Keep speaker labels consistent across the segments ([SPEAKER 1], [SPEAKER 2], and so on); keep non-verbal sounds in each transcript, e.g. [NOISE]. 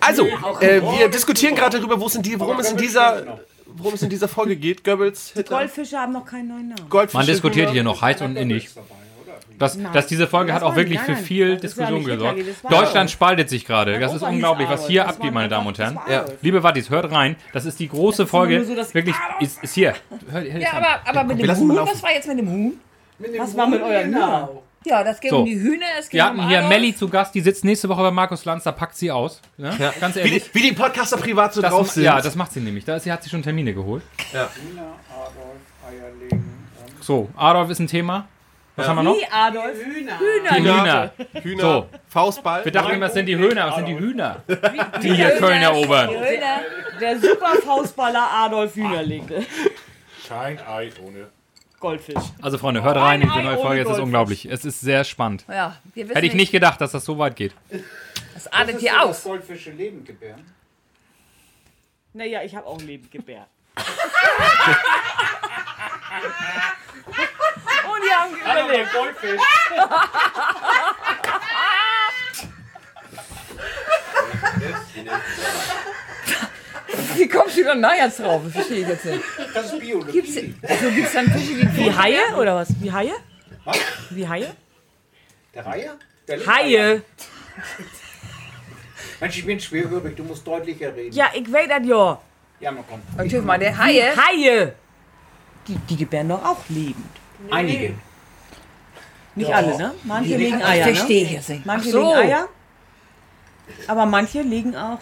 [SPEAKER 1] Also, äh, wir diskutieren gerade darüber, wo es in die, worum, es in dieser, worum es in dieser Folge geht. Goebbels, Hitler,
[SPEAKER 2] Goldfische haben noch keinen neuen Namen.
[SPEAKER 1] Goldfisch.
[SPEAKER 3] Man diskutiert hier noch heiß und innig. Das, das diese Folge
[SPEAKER 2] das
[SPEAKER 3] hat auch
[SPEAKER 2] war
[SPEAKER 3] wirklich
[SPEAKER 2] nicht-
[SPEAKER 3] für
[SPEAKER 2] nein,
[SPEAKER 3] viel
[SPEAKER 2] das ist ja
[SPEAKER 3] Diskussion
[SPEAKER 2] nicht Hitler,
[SPEAKER 3] gesorgt.
[SPEAKER 2] das war-
[SPEAKER 3] Deutschland spaltet sich gerade. Das ist
[SPEAKER 2] Opa hieß
[SPEAKER 3] unglaublich, was
[SPEAKER 2] Adolf.
[SPEAKER 3] hier
[SPEAKER 2] Das
[SPEAKER 3] abgeht,
[SPEAKER 2] war
[SPEAKER 3] meine Damen und
[SPEAKER 2] einfach-
[SPEAKER 3] Herren.
[SPEAKER 2] das war
[SPEAKER 1] Ja.
[SPEAKER 2] Adolf.
[SPEAKER 3] Liebe Wattis, hört rein. Das ist die große Folge.
[SPEAKER 2] nur so das
[SPEAKER 3] wirklich, ist, ist hier. Hört, hört
[SPEAKER 4] Ja,
[SPEAKER 3] es an.
[SPEAKER 4] aber, aber mit
[SPEAKER 1] wir
[SPEAKER 4] dem
[SPEAKER 1] lassen mal
[SPEAKER 4] Huhn,
[SPEAKER 1] laufen.
[SPEAKER 4] was war jetzt mit dem Huhn?
[SPEAKER 2] Was war mit eurem
[SPEAKER 5] Genau.
[SPEAKER 2] Namen?
[SPEAKER 4] Ja, das ging
[SPEAKER 3] So.
[SPEAKER 4] um die Hühner, es ging
[SPEAKER 3] wir
[SPEAKER 4] um
[SPEAKER 3] hatten hier
[SPEAKER 4] Adolf.
[SPEAKER 3] Melli zu Gast, die sitzt nächste Woche bei Markus Lanz, da packt sie aus. Ne?
[SPEAKER 1] Ja.
[SPEAKER 3] Ganz
[SPEAKER 1] Wie, die-
[SPEAKER 3] ehrlich.
[SPEAKER 1] wie die Podcaster privat so drauf
[SPEAKER 3] Das,
[SPEAKER 1] sind.
[SPEAKER 3] ja, das macht sie nämlich. Da ist, sie hat sich schon Termine geholt.
[SPEAKER 5] Hühner, Adolf, Eierlegen.
[SPEAKER 3] So, Adolf ist ein Thema. Was haben wir noch?
[SPEAKER 2] Wie Adolf?
[SPEAKER 5] Hühner.
[SPEAKER 3] Die Hühner.
[SPEAKER 1] Hühner,
[SPEAKER 3] So.
[SPEAKER 1] Faustball.
[SPEAKER 3] Wir dachten immer, es sind die Höhner, es sind die Hühner, die hier
[SPEAKER 2] Hühner.
[SPEAKER 3] Köln erobern.
[SPEAKER 4] Hühner.
[SPEAKER 2] Der Superfaustballer Adolf Hühnerlegte.
[SPEAKER 6] Kein Ei ohne.
[SPEAKER 2] Goldfisch.
[SPEAKER 3] Also Freunde, hört rein in die
[SPEAKER 2] Ei
[SPEAKER 3] neue
[SPEAKER 2] ohne
[SPEAKER 3] Folge, es ist
[SPEAKER 2] Goldfisch.
[SPEAKER 3] unglaublich. Es ist sehr spannend.
[SPEAKER 4] Ja, wir wissen
[SPEAKER 3] Hätte ich nicht gedacht, dass das so weit geht.
[SPEAKER 4] Das adet hier aus.
[SPEAKER 5] Goldfische Leben gebären.
[SPEAKER 2] Naja, ich habe auch ein Leben gebärt. Und die haben überlebt.
[SPEAKER 5] Goldfisch.
[SPEAKER 4] Wie kommst du denn da jetzt drauf? Ich verstehe ich jetzt nicht.
[SPEAKER 5] Das ist Bio.
[SPEAKER 4] Gibt's, so gibt's dann Fische wie
[SPEAKER 2] Wie Haie oder was? Wie Haie? Wie Haie?
[SPEAKER 5] Der Reihe? Der lebt allein.
[SPEAKER 2] Haie.
[SPEAKER 5] Mensch, ich bin schwerhörig, du musst deutlicher reden.
[SPEAKER 2] Ja, ich weiß das ja.
[SPEAKER 5] Ja, man kommt.
[SPEAKER 4] Und tschüss mal, der Haie.
[SPEAKER 2] Haie. Die, die gebären doch auch lebend.
[SPEAKER 5] Einige.
[SPEAKER 2] Nicht alle, ne? Manche legen
[SPEAKER 4] Ich
[SPEAKER 2] Eier, ne?
[SPEAKER 4] verstehe ich jetzt nicht.
[SPEAKER 2] Manche
[SPEAKER 4] Ach so.
[SPEAKER 2] legen Eier. Aber manche legen auch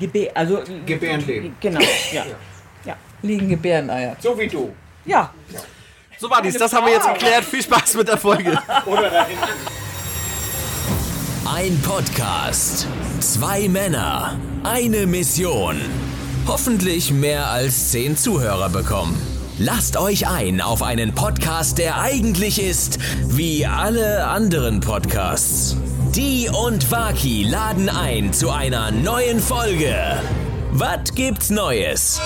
[SPEAKER 2] Gebär, also
[SPEAKER 5] Gebären leben.
[SPEAKER 2] genau, ja.
[SPEAKER 4] Liegen Gebäreneier.
[SPEAKER 5] So wie du.
[SPEAKER 2] Ja,
[SPEAKER 1] so war dies. Das haben wir jetzt geklärt. Viel Spaß mit der Folge.
[SPEAKER 5] Oder da hinten.
[SPEAKER 7] Ein Podcast, zwei Männer, eine Mission. Hoffentlich mehr als zehn Zuhörer bekommen. Lasst euch ein auf einen Podcast, der eigentlich ist wie alle anderen Podcasts. Die und Waki laden ein zu einer neuen Folge. Was gibt's Neues?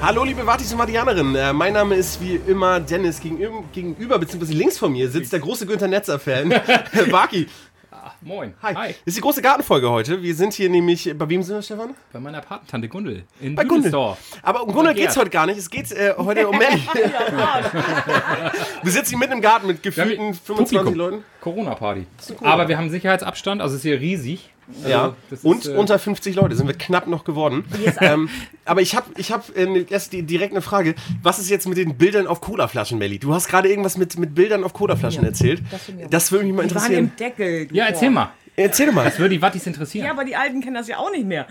[SPEAKER 1] Hallo, liebe Watis und Marianerinnen. Äh, mein Name ist wie immer Dennis. Gegenüber, gegenüber beziehungsweise links von mir sitzt der große Günther
[SPEAKER 3] [LAUGHS]
[SPEAKER 1] Netzer-Fan, Waki.
[SPEAKER 3] Moin.
[SPEAKER 1] Hi.
[SPEAKER 3] Hi.
[SPEAKER 1] Das ist die große Gartenfolge heute. Wir sind hier nämlich, bei wem sind wir, Stefan?
[SPEAKER 3] Bei meiner Patentante Gundel in
[SPEAKER 1] Bei Gundel.
[SPEAKER 3] Dübelsdorf.
[SPEAKER 1] Aber um Gundel
[SPEAKER 3] Gerd.
[SPEAKER 1] geht's heute gar nicht. Es geht äh, heute um
[SPEAKER 2] [LAUGHS]
[SPEAKER 1] Melli. wir sitzen hier mitten im Garten mit
[SPEAKER 3] Wir haben
[SPEAKER 1] gefühlten
[SPEAKER 3] hier
[SPEAKER 1] 25
[SPEAKER 3] Publikum.
[SPEAKER 1] Leuten.
[SPEAKER 3] Corona-Party. Aber wir haben Sicherheitsabstand, also es ist hier riesig.
[SPEAKER 1] Ja,
[SPEAKER 3] das ist,
[SPEAKER 1] und
[SPEAKER 3] äh,
[SPEAKER 1] unter 50 Leute sind wir knapp noch geworden. Ähm, aber ich habe ich hab, äh, ne- erst die, direkt eine Frage. Was ist jetzt mit den Bildern auf Colaflaschen, Melli? Du hast gerade irgendwas mit, mit Bildern auf Colaflaschen erzählt. Das würde mich mal
[SPEAKER 2] die waren im
[SPEAKER 1] interessieren.
[SPEAKER 2] Deckel. du
[SPEAKER 3] Ja, erzähl
[SPEAKER 2] Boah.
[SPEAKER 3] mal.
[SPEAKER 1] Erzähl doch mal.
[SPEAKER 3] Würde die Wattis interessieren.
[SPEAKER 2] Ja, aber die Alten kennen das ja auch nicht mehr.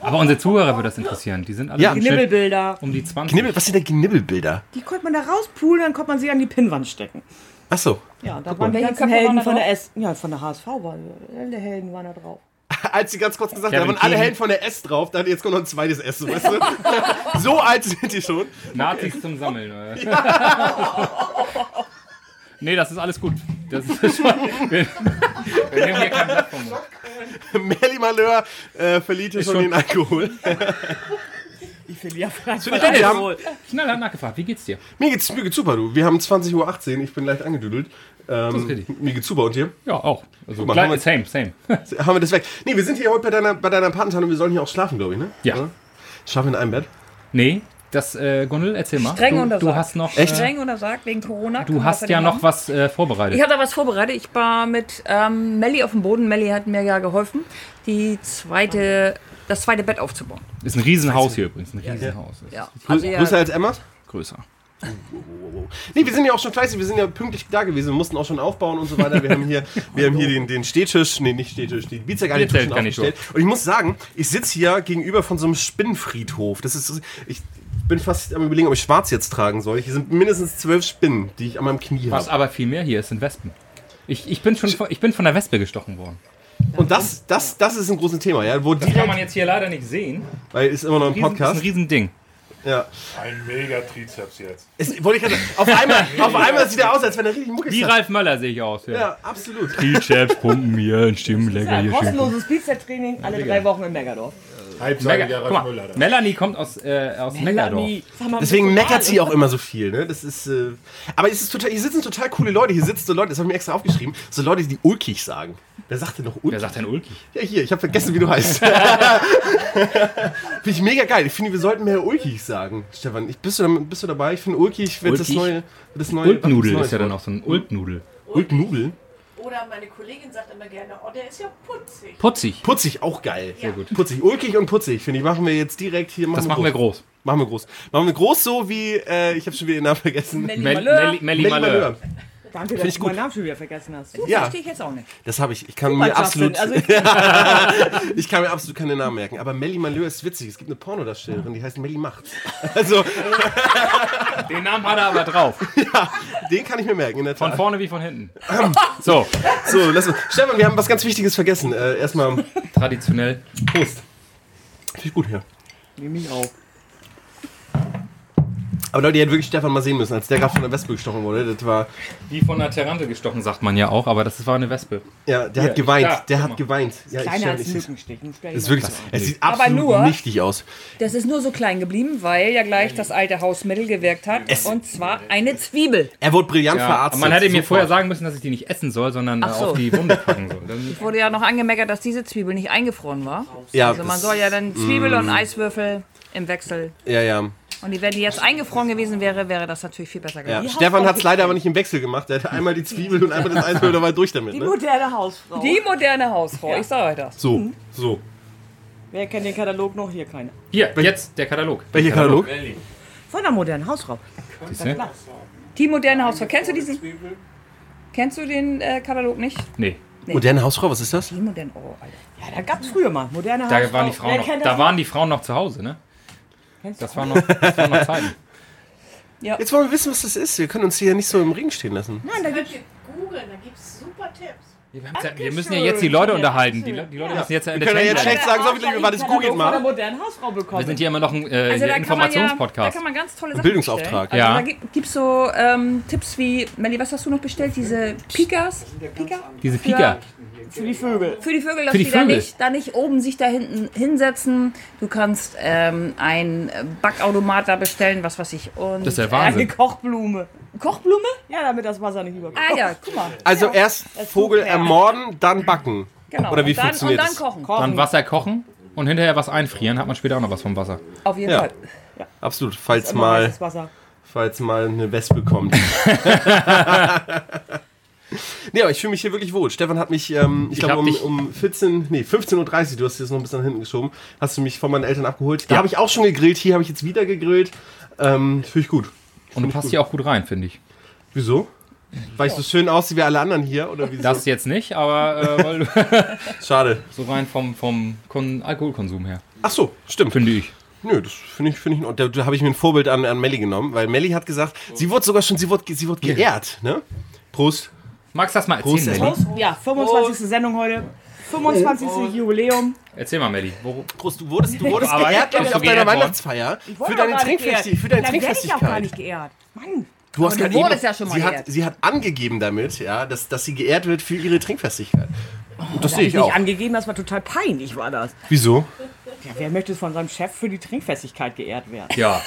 [SPEAKER 3] Aber unsere Zuhörer würde das interessieren. Die sind alle
[SPEAKER 1] Ja.
[SPEAKER 3] im Schnitt
[SPEAKER 2] Knibbelbilder.
[SPEAKER 3] um die 20.
[SPEAKER 1] Knibbel, was sind denn Knibbelbilder?
[SPEAKER 2] Die konnte man da rauspulen, dann konnte man sie an die Pinnwand stecken.
[SPEAKER 1] Achso.
[SPEAKER 2] Ja, da waren die
[SPEAKER 4] Welche
[SPEAKER 2] ganzen
[SPEAKER 4] Köpfe waren
[SPEAKER 2] Helden
[SPEAKER 4] da
[SPEAKER 2] von der S. Ja, von der HSV waren alle Helden waren da drauf.
[SPEAKER 1] [LAUGHS] Als sie ganz kurz gesagt
[SPEAKER 3] Kevin
[SPEAKER 1] haben, waren alle
[SPEAKER 3] Keegan.
[SPEAKER 1] Helden von der S drauf, dann jetzt kommt noch ein zweites S, weißt du? [LAUGHS] so alt sind die schon.
[SPEAKER 3] Nazis zum
[SPEAKER 1] [LAUGHS]
[SPEAKER 3] Sammeln. Oder? nee, das ist alles gut. Das
[SPEAKER 1] [LAUGHS]
[SPEAKER 3] ist schon, wir, wir nehmen hier kein Blatt vom Mund.
[SPEAKER 1] Melli Malheur äh, verliert hier schon,
[SPEAKER 3] schon-
[SPEAKER 1] den Alkohol.
[SPEAKER 2] Ich finde ja vielleicht
[SPEAKER 1] Dennis.
[SPEAKER 2] Alkohol.
[SPEAKER 3] Schnell hat nachgefragt. Wie geht's dir?
[SPEAKER 1] Mir geht's, mir geht's super, du. Wir haben 20.18 Uhr, ich bin leicht angedüdelt.
[SPEAKER 3] ist
[SPEAKER 1] Ähm,
[SPEAKER 3] richtig.
[SPEAKER 1] mir geht's super und dir?
[SPEAKER 3] Ja, auch. Also,
[SPEAKER 1] mal,
[SPEAKER 3] gleich-
[SPEAKER 1] haben wir-
[SPEAKER 3] same, same.
[SPEAKER 1] Haben wir das weg? Nee, wir sind hier heute bei deiner, bei deiner Patentante und wir sollen hier auch schlafen, glaube ich, ne?
[SPEAKER 3] Ja.
[SPEAKER 1] Oder? Schlafen in einem Bett.
[SPEAKER 3] Nee, das, äh, Gundel, erzähl mal.
[SPEAKER 4] Streng
[SPEAKER 3] du,
[SPEAKER 4] untersagt.
[SPEAKER 3] du hast noch,
[SPEAKER 1] Echt?
[SPEAKER 3] Äh,
[SPEAKER 4] Streng untersagt wegen Corona. kann
[SPEAKER 3] du
[SPEAKER 4] man
[SPEAKER 3] hast
[SPEAKER 4] das
[SPEAKER 3] ja
[SPEAKER 4] nicht
[SPEAKER 3] noch
[SPEAKER 4] machen.
[SPEAKER 3] was äh, vorbereitet.
[SPEAKER 4] Ich habe da was vorbereitet. Ich war mit ähm, Melli auf dem Boden. Melli hat mir ja geholfen, die zweite, das zweite Bett aufzubauen.
[SPEAKER 3] ist ein Riesenhaus hier übrigens. Ein Riesenhaus. Das ist
[SPEAKER 4] Ja. Also
[SPEAKER 1] Grö
[SPEAKER 4] ja,
[SPEAKER 1] Größer als Emmas?
[SPEAKER 3] Größer.
[SPEAKER 1] Oh, Nee, wir sind ja auch schon fleißig, wir sind ja pünktlich da gewesen, wir mussten auch schon aufbauen und so weiter. Wir haben hier, wir haben hier den, den Stehtisch, nee, nicht Stehtisch, den Bierzergarnitur schon
[SPEAKER 3] Bierzergarnitur.
[SPEAKER 1] aufgestellt. Und ich muss sagen, ich sitze hier gegenüber von so einem Spinnenfriedhof. Das ist, ich bin fast am überlegen, ob ich schwarz jetzt tragen soll. Hier sind mindestens zwölf Spinnen, die ich an meinem Knie
[SPEAKER 3] Was
[SPEAKER 1] habe.
[SPEAKER 3] aber viel mehr hier ist, sind Wespen. Ich, ich, bin schon von, ich bin von der Wespe gestochen worden.
[SPEAKER 1] Und das, das, das ist ein großes Thema, ja, wo
[SPEAKER 3] Das kann man
[SPEAKER 1] direkt,
[SPEAKER 3] jetzt hier leider nicht sehen.
[SPEAKER 1] weil ist immer noch ein
[SPEAKER 3] Riesen, Ist
[SPEAKER 1] Podcast.
[SPEAKER 3] ein Riesending.
[SPEAKER 1] Ja.
[SPEAKER 6] Ein mega Trizeps jetzt.
[SPEAKER 1] Es, wollte ich gerade sagen, auf einmal, auf einmal sieht er aus, als wenn er richtig muckig
[SPEAKER 3] Wie
[SPEAKER 1] ist.
[SPEAKER 3] Ralf Möller sehe ich aus. Ja.
[SPEAKER 1] Ja, absolut.
[SPEAKER 3] Die Chaps pumpen hier und stimmen lecker
[SPEAKER 2] Ja,
[SPEAKER 3] hier schön.
[SPEAKER 2] kostenloses Pizza-Training alle drei Wochen in Megadorf.
[SPEAKER 3] Mega-
[SPEAKER 6] Halbseitig Gerhard
[SPEAKER 3] Guck
[SPEAKER 6] Müller. da.
[SPEAKER 3] mal, Melanie kommt aus, äh, aus Meckerdorf.
[SPEAKER 2] Sag mal,
[SPEAKER 1] Deswegen
[SPEAKER 2] bist du
[SPEAKER 1] meckert
[SPEAKER 2] normal?
[SPEAKER 1] sie auch immer so viel, ne? Das ist, äh, aber es ist total, hier sitzen total coole Leute. Hier sitzen so Leute, das habe ich mir extra aufgeschrieben, so Leute, die ulkig sagen. Wer sagt denn noch ulkig?
[SPEAKER 3] Wer sagt denn Ulki?
[SPEAKER 1] Ja, hier, ich habe vergessen, wie du heißt.
[SPEAKER 3] [LAUGHS]
[SPEAKER 1] [LAUGHS] finde ich mega geil. Ich finde, wir sollten mehr ulkig sagen, Stefan. Ich, bist, du, da- bist du dabei? Ich finde, ulkig wird das
[SPEAKER 3] Ulkig?
[SPEAKER 1] neue. Wird das neue
[SPEAKER 3] Ulknudel
[SPEAKER 1] das
[SPEAKER 3] ist ja
[SPEAKER 1] neue
[SPEAKER 3] dann auch so ein Ulknudel.
[SPEAKER 1] Wort. Ulknudel?
[SPEAKER 8] Oder meine Kollegin sagt immer gerne, oh, der ist ja putzig.
[SPEAKER 3] Putzig.
[SPEAKER 1] Putzig, auch geil.
[SPEAKER 8] Sehr
[SPEAKER 3] gut.
[SPEAKER 1] Putzig, ulkig und putzig, finde ich. Machen wir jetzt direkt hier.
[SPEAKER 3] Das machen wir groß.
[SPEAKER 1] Machen wir groß. Machen wir groß so wie, äh, ich habe schon wieder den Namen vergessen.
[SPEAKER 2] Melli
[SPEAKER 3] Mel-
[SPEAKER 2] Malheur.
[SPEAKER 3] Melli Melli Malheur.
[SPEAKER 2] Danke, dass
[SPEAKER 1] ich
[SPEAKER 2] du
[SPEAKER 1] gut.
[SPEAKER 2] meinen Namen schon wieder vergessen hast.
[SPEAKER 1] Ja.
[SPEAKER 4] Verstehe ich jetzt auch nicht.
[SPEAKER 1] Das habe ich. Ich kann
[SPEAKER 2] Super,
[SPEAKER 1] mir absolut,
[SPEAKER 2] Justin. Also, ich-
[SPEAKER 1] ich kann mir absolut keine Namen merken. Aber Melly Malheur ist witzig. Es gibt eine Pornodarstellerin, die heißt Melly Macht. [LAUGHS] Also
[SPEAKER 3] Den Namen hat er aber drauf.
[SPEAKER 1] den kann ich mir merken in der
[SPEAKER 3] [LAUGHS] Von
[SPEAKER 1] Tat.
[SPEAKER 3] vorne wie von hinten. So,
[SPEAKER 1] So, lass uns. Stefan, wir haben was ganz Wichtiges vergessen. Äh, erstmal finde
[SPEAKER 3] traditionell.
[SPEAKER 1] ich gut hier.
[SPEAKER 2] Nehme ich auch.
[SPEAKER 1] Aber Leute, ihr hättet wirklich Stefan mal sehen müssen, als der gerade von der Wespe gestochen wurde. Das war,
[SPEAKER 3] Wie von einer Terrante gestochen, sagt man ja auch, aber das war eine Wespe.
[SPEAKER 1] ja, der
[SPEAKER 3] Ja,
[SPEAKER 1] hat geweint.
[SPEAKER 3] klar,
[SPEAKER 1] der
[SPEAKER 3] guck
[SPEAKER 1] hat
[SPEAKER 3] mal.
[SPEAKER 1] geweint. Ja,
[SPEAKER 2] Kleiner
[SPEAKER 1] ich,
[SPEAKER 2] als
[SPEAKER 1] ich, ich,
[SPEAKER 2] Mückenstich. Das
[SPEAKER 1] ist wirklich, es sieht
[SPEAKER 4] Aber
[SPEAKER 1] absolut
[SPEAKER 4] nur-
[SPEAKER 1] nichtig aus.
[SPEAKER 4] Das ist nur so klein geblieben, weil ja gleich das alte Hausmittel gewirkt hat.
[SPEAKER 1] Es-
[SPEAKER 4] und zwar eine Zwiebel.
[SPEAKER 1] Er wurde brillant
[SPEAKER 3] Ja, aber
[SPEAKER 1] verarztet.
[SPEAKER 3] man hätte mir
[SPEAKER 1] sofort.
[SPEAKER 3] vorher sagen müssen, dass ich die nicht essen soll, sondern äh,
[SPEAKER 4] Ach so.
[SPEAKER 3] auf die Wunde packen soll. Dann
[SPEAKER 4] [LAUGHS] Wurde ja noch angemeckert, dass diese Zwiebel nicht eingefroren war.
[SPEAKER 1] ja,
[SPEAKER 4] Also man
[SPEAKER 1] das-
[SPEAKER 4] soll ja dann Zwiebel und Eiswürfel im Wechsel.
[SPEAKER 1] ja, ja.
[SPEAKER 4] Und die- wenn die jetzt eingefroren gewesen wäre, wäre das natürlich viel besser
[SPEAKER 1] ja.
[SPEAKER 4] gewesen.
[SPEAKER 1] Stefan hat es leider aber nicht im Wechsel gemacht. Er hatte einmal die Zwiebel und einmal das Eisbild und war durch damit.
[SPEAKER 2] Die
[SPEAKER 1] Ne?
[SPEAKER 2] moderne Hausfrau.
[SPEAKER 4] Die moderne Hausfrau, ich sage euch das.
[SPEAKER 1] So, so.
[SPEAKER 2] Wer kennt den Katalog noch? Hier keiner.
[SPEAKER 3] Hier, jetzt der Katalog.
[SPEAKER 1] Welcher
[SPEAKER 3] Der
[SPEAKER 1] Katalog?
[SPEAKER 2] Von der modernen Hausfrau.
[SPEAKER 3] Siehst du?
[SPEAKER 4] Die moderne Hausfrau. Kennst du diesen? Kennst du den äh, Katalog nicht?
[SPEAKER 3] Nee.
[SPEAKER 1] Moderne Hausfrau, was ist das?
[SPEAKER 4] Die moderne, oh, Alter.
[SPEAKER 2] Ja, da gab es früher mal. Moderne Hausfrau.
[SPEAKER 3] Da waren,
[SPEAKER 2] Wer
[SPEAKER 3] die Frauen noch,
[SPEAKER 2] kennt
[SPEAKER 3] da
[SPEAKER 2] das?
[SPEAKER 3] waren die Frauen noch zu Hause, ne? Das waren noch, das waren
[SPEAKER 1] [LAUGHS]
[SPEAKER 3] noch Zeiten.
[SPEAKER 1] Jetzt wollen wir wissen, was das ist. Wir können uns hier nicht so im Regen stehen lassen.
[SPEAKER 8] Nein, da gibt's googeln, da gibt's super Tipps.
[SPEAKER 3] Wir, haben's ja, wir müssen ja jetzt die Leute unterhalten. Die, Le- die Leute müssen jetzt ja
[SPEAKER 1] Wir können ja jetzt
[SPEAKER 3] entertained
[SPEAKER 1] schlecht
[SPEAKER 3] werden.
[SPEAKER 1] sagen, so liebe Warte, ich googelt
[SPEAKER 2] Von der
[SPEAKER 1] mal.
[SPEAKER 2] modernen Hausfrau bekommen.
[SPEAKER 3] Wir sind hier immer noch ein äh,
[SPEAKER 4] Also da kann man ja, da
[SPEAKER 3] Informationspodcast.
[SPEAKER 4] kann man ganz tolle Sachen
[SPEAKER 1] Bildungsauftrag.
[SPEAKER 4] bestellen. Also
[SPEAKER 3] Ja.
[SPEAKER 4] Da gibt gibt's so ähm, Tipps wie, Melli, was hast du noch bestellt? Diese Pikas? Pika?
[SPEAKER 3] Diese Pika.
[SPEAKER 2] für die Vögel.
[SPEAKER 4] Für die Vögel, dass
[SPEAKER 3] Für die
[SPEAKER 4] die, da,
[SPEAKER 3] Vögel.
[SPEAKER 4] nicht, da nicht oben sich da hinten hinsetzen. Du kannst ähm, einen Backautomat da bestellen, was weiß ich. Und äh,
[SPEAKER 3] Das ist der
[SPEAKER 2] Eine
[SPEAKER 3] Wahnsinn.
[SPEAKER 2] Kochblume.
[SPEAKER 4] Kochblume?
[SPEAKER 2] Ja, damit das Wasser nicht überkommt.
[SPEAKER 4] Ah ja, guck mal.
[SPEAKER 1] Also erst Vogel ermorden, dann backen.
[SPEAKER 4] Genau.
[SPEAKER 1] Oder wie
[SPEAKER 4] und dann,
[SPEAKER 1] funktioniert
[SPEAKER 4] Und dann
[SPEAKER 1] das?
[SPEAKER 4] kochen.
[SPEAKER 3] Dann Wasser kochen und hinterher was einfrieren, hat man später auch noch was vom Wasser.
[SPEAKER 4] Auf jeden
[SPEAKER 1] Ja.
[SPEAKER 4] Fall.
[SPEAKER 1] Absolut, falls
[SPEAKER 2] Immer
[SPEAKER 1] mal,
[SPEAKER 2] heißes Wasser.
[SPEAKER 1] falls mal eine Wespe kommt. [LAUGHS] nee, aber ich fühle mich hier wirklich wohl. Stefan hat mich, ähm, ich,
[SPEAKER 3] Ich
[SPEAKER 1] glaube,
[SPEAKER 3] hab
[SPEAKER 1] um,
[SPEAKER 3] dich-
[SPEAKER 1] um 14, nee, 15.30 Uhr, du hast jetzt noch ein bisschen nach hinten geschoben, hast du mich von meinen Eltern abgeholt. Da
[SPEAKER 3] Ja.
[SPEAKER 1] habe ich auch schon gegrillt, hier habe ich jetzt wieder gegrillt. Ähm, Finde ich gut.
[SPEAKER 3] Und du passt hier auch gut rein, finde ich.
[SPEAKER 1] Wieso? Weil ich so schön aussehe wie alle anderen hier? Oder wieso?
[SPEAKER 3] Das jetzt nicht, aber äh, weil du
[SPEAKER 1] Schade.
[SPEAKER 3] so rein vom, vom Kon Alkoholkonsum her.
[SPEAKER 1] Ach so, stimmt.
[SPEAKER 3] Finde ich.
[SPEAKER 1] Nö, das finde ich, finde ich, in Ordnung. da, da habe ich mir ein Vorbild an, an Melli genommen, weil Melli hat gesagt, sie wurde sogar schon, sie wurde, sie wurde geehrt, ne? Prost.
[SPEAKER 3] Magst du das mal
[SPEAKER 1] Prost,
[SPEAKER 3] erzählen, Melli?
[SPEAKER 2] Prost. Ja, 25. Sendung heute. 25.
[SPEAKER 1] Oh,
[SPEAKER 2] Jubiläum.
[SPEAKER 3] Erzähl mal, Melli. Wo,
[SPEAKER 1] Prost, du wurdest, du wurdest
[SPEAKER 3] Aber
[SPEAKER 1] geehrt, glaube ich, auf
[SPEAKER 3] bist du
[SPEAKER 1] deiner
[SPEAKER 3] geehrt worden?
[SPEAKER 1] Weihnachtsfeier. Für deine, Trinkfesti für deine
[SPEAKER 2] Dann werde ich auch gar
[SPEAKER 1] Trinkfestigkeit.
[SPEAKER 2] nicht geehrt. Mann.
[SPEAKER 1] Du hast
[SPEAKER 4] Aber
[SPEAKER 1] gerade
[SPEAKER 4] du
[SPEAKER 1] eben,
[SPEAKER 4] wurdest ja schon mal
[SPEAKER 1] sie, hat,
[SPEAKER 4] geehrt.
[SPEAKER 1] sie hat angegeben damit, ja, dass, dass sie geehrt wird für ihre Trinkfestigkeit. Und das sehe ich
[SPEAKER 2] Ich
[SPEAKER 1] auch.
[SPEAKER 2] angegeben, das war total peinlich, war das.
[SPEAKER 1] Wieso?
[SPEAKER 2] Ja, wer möchte von seinem Chef für die Trinkfestigkeit geehrt werden?
[SPEAKER 3] ja.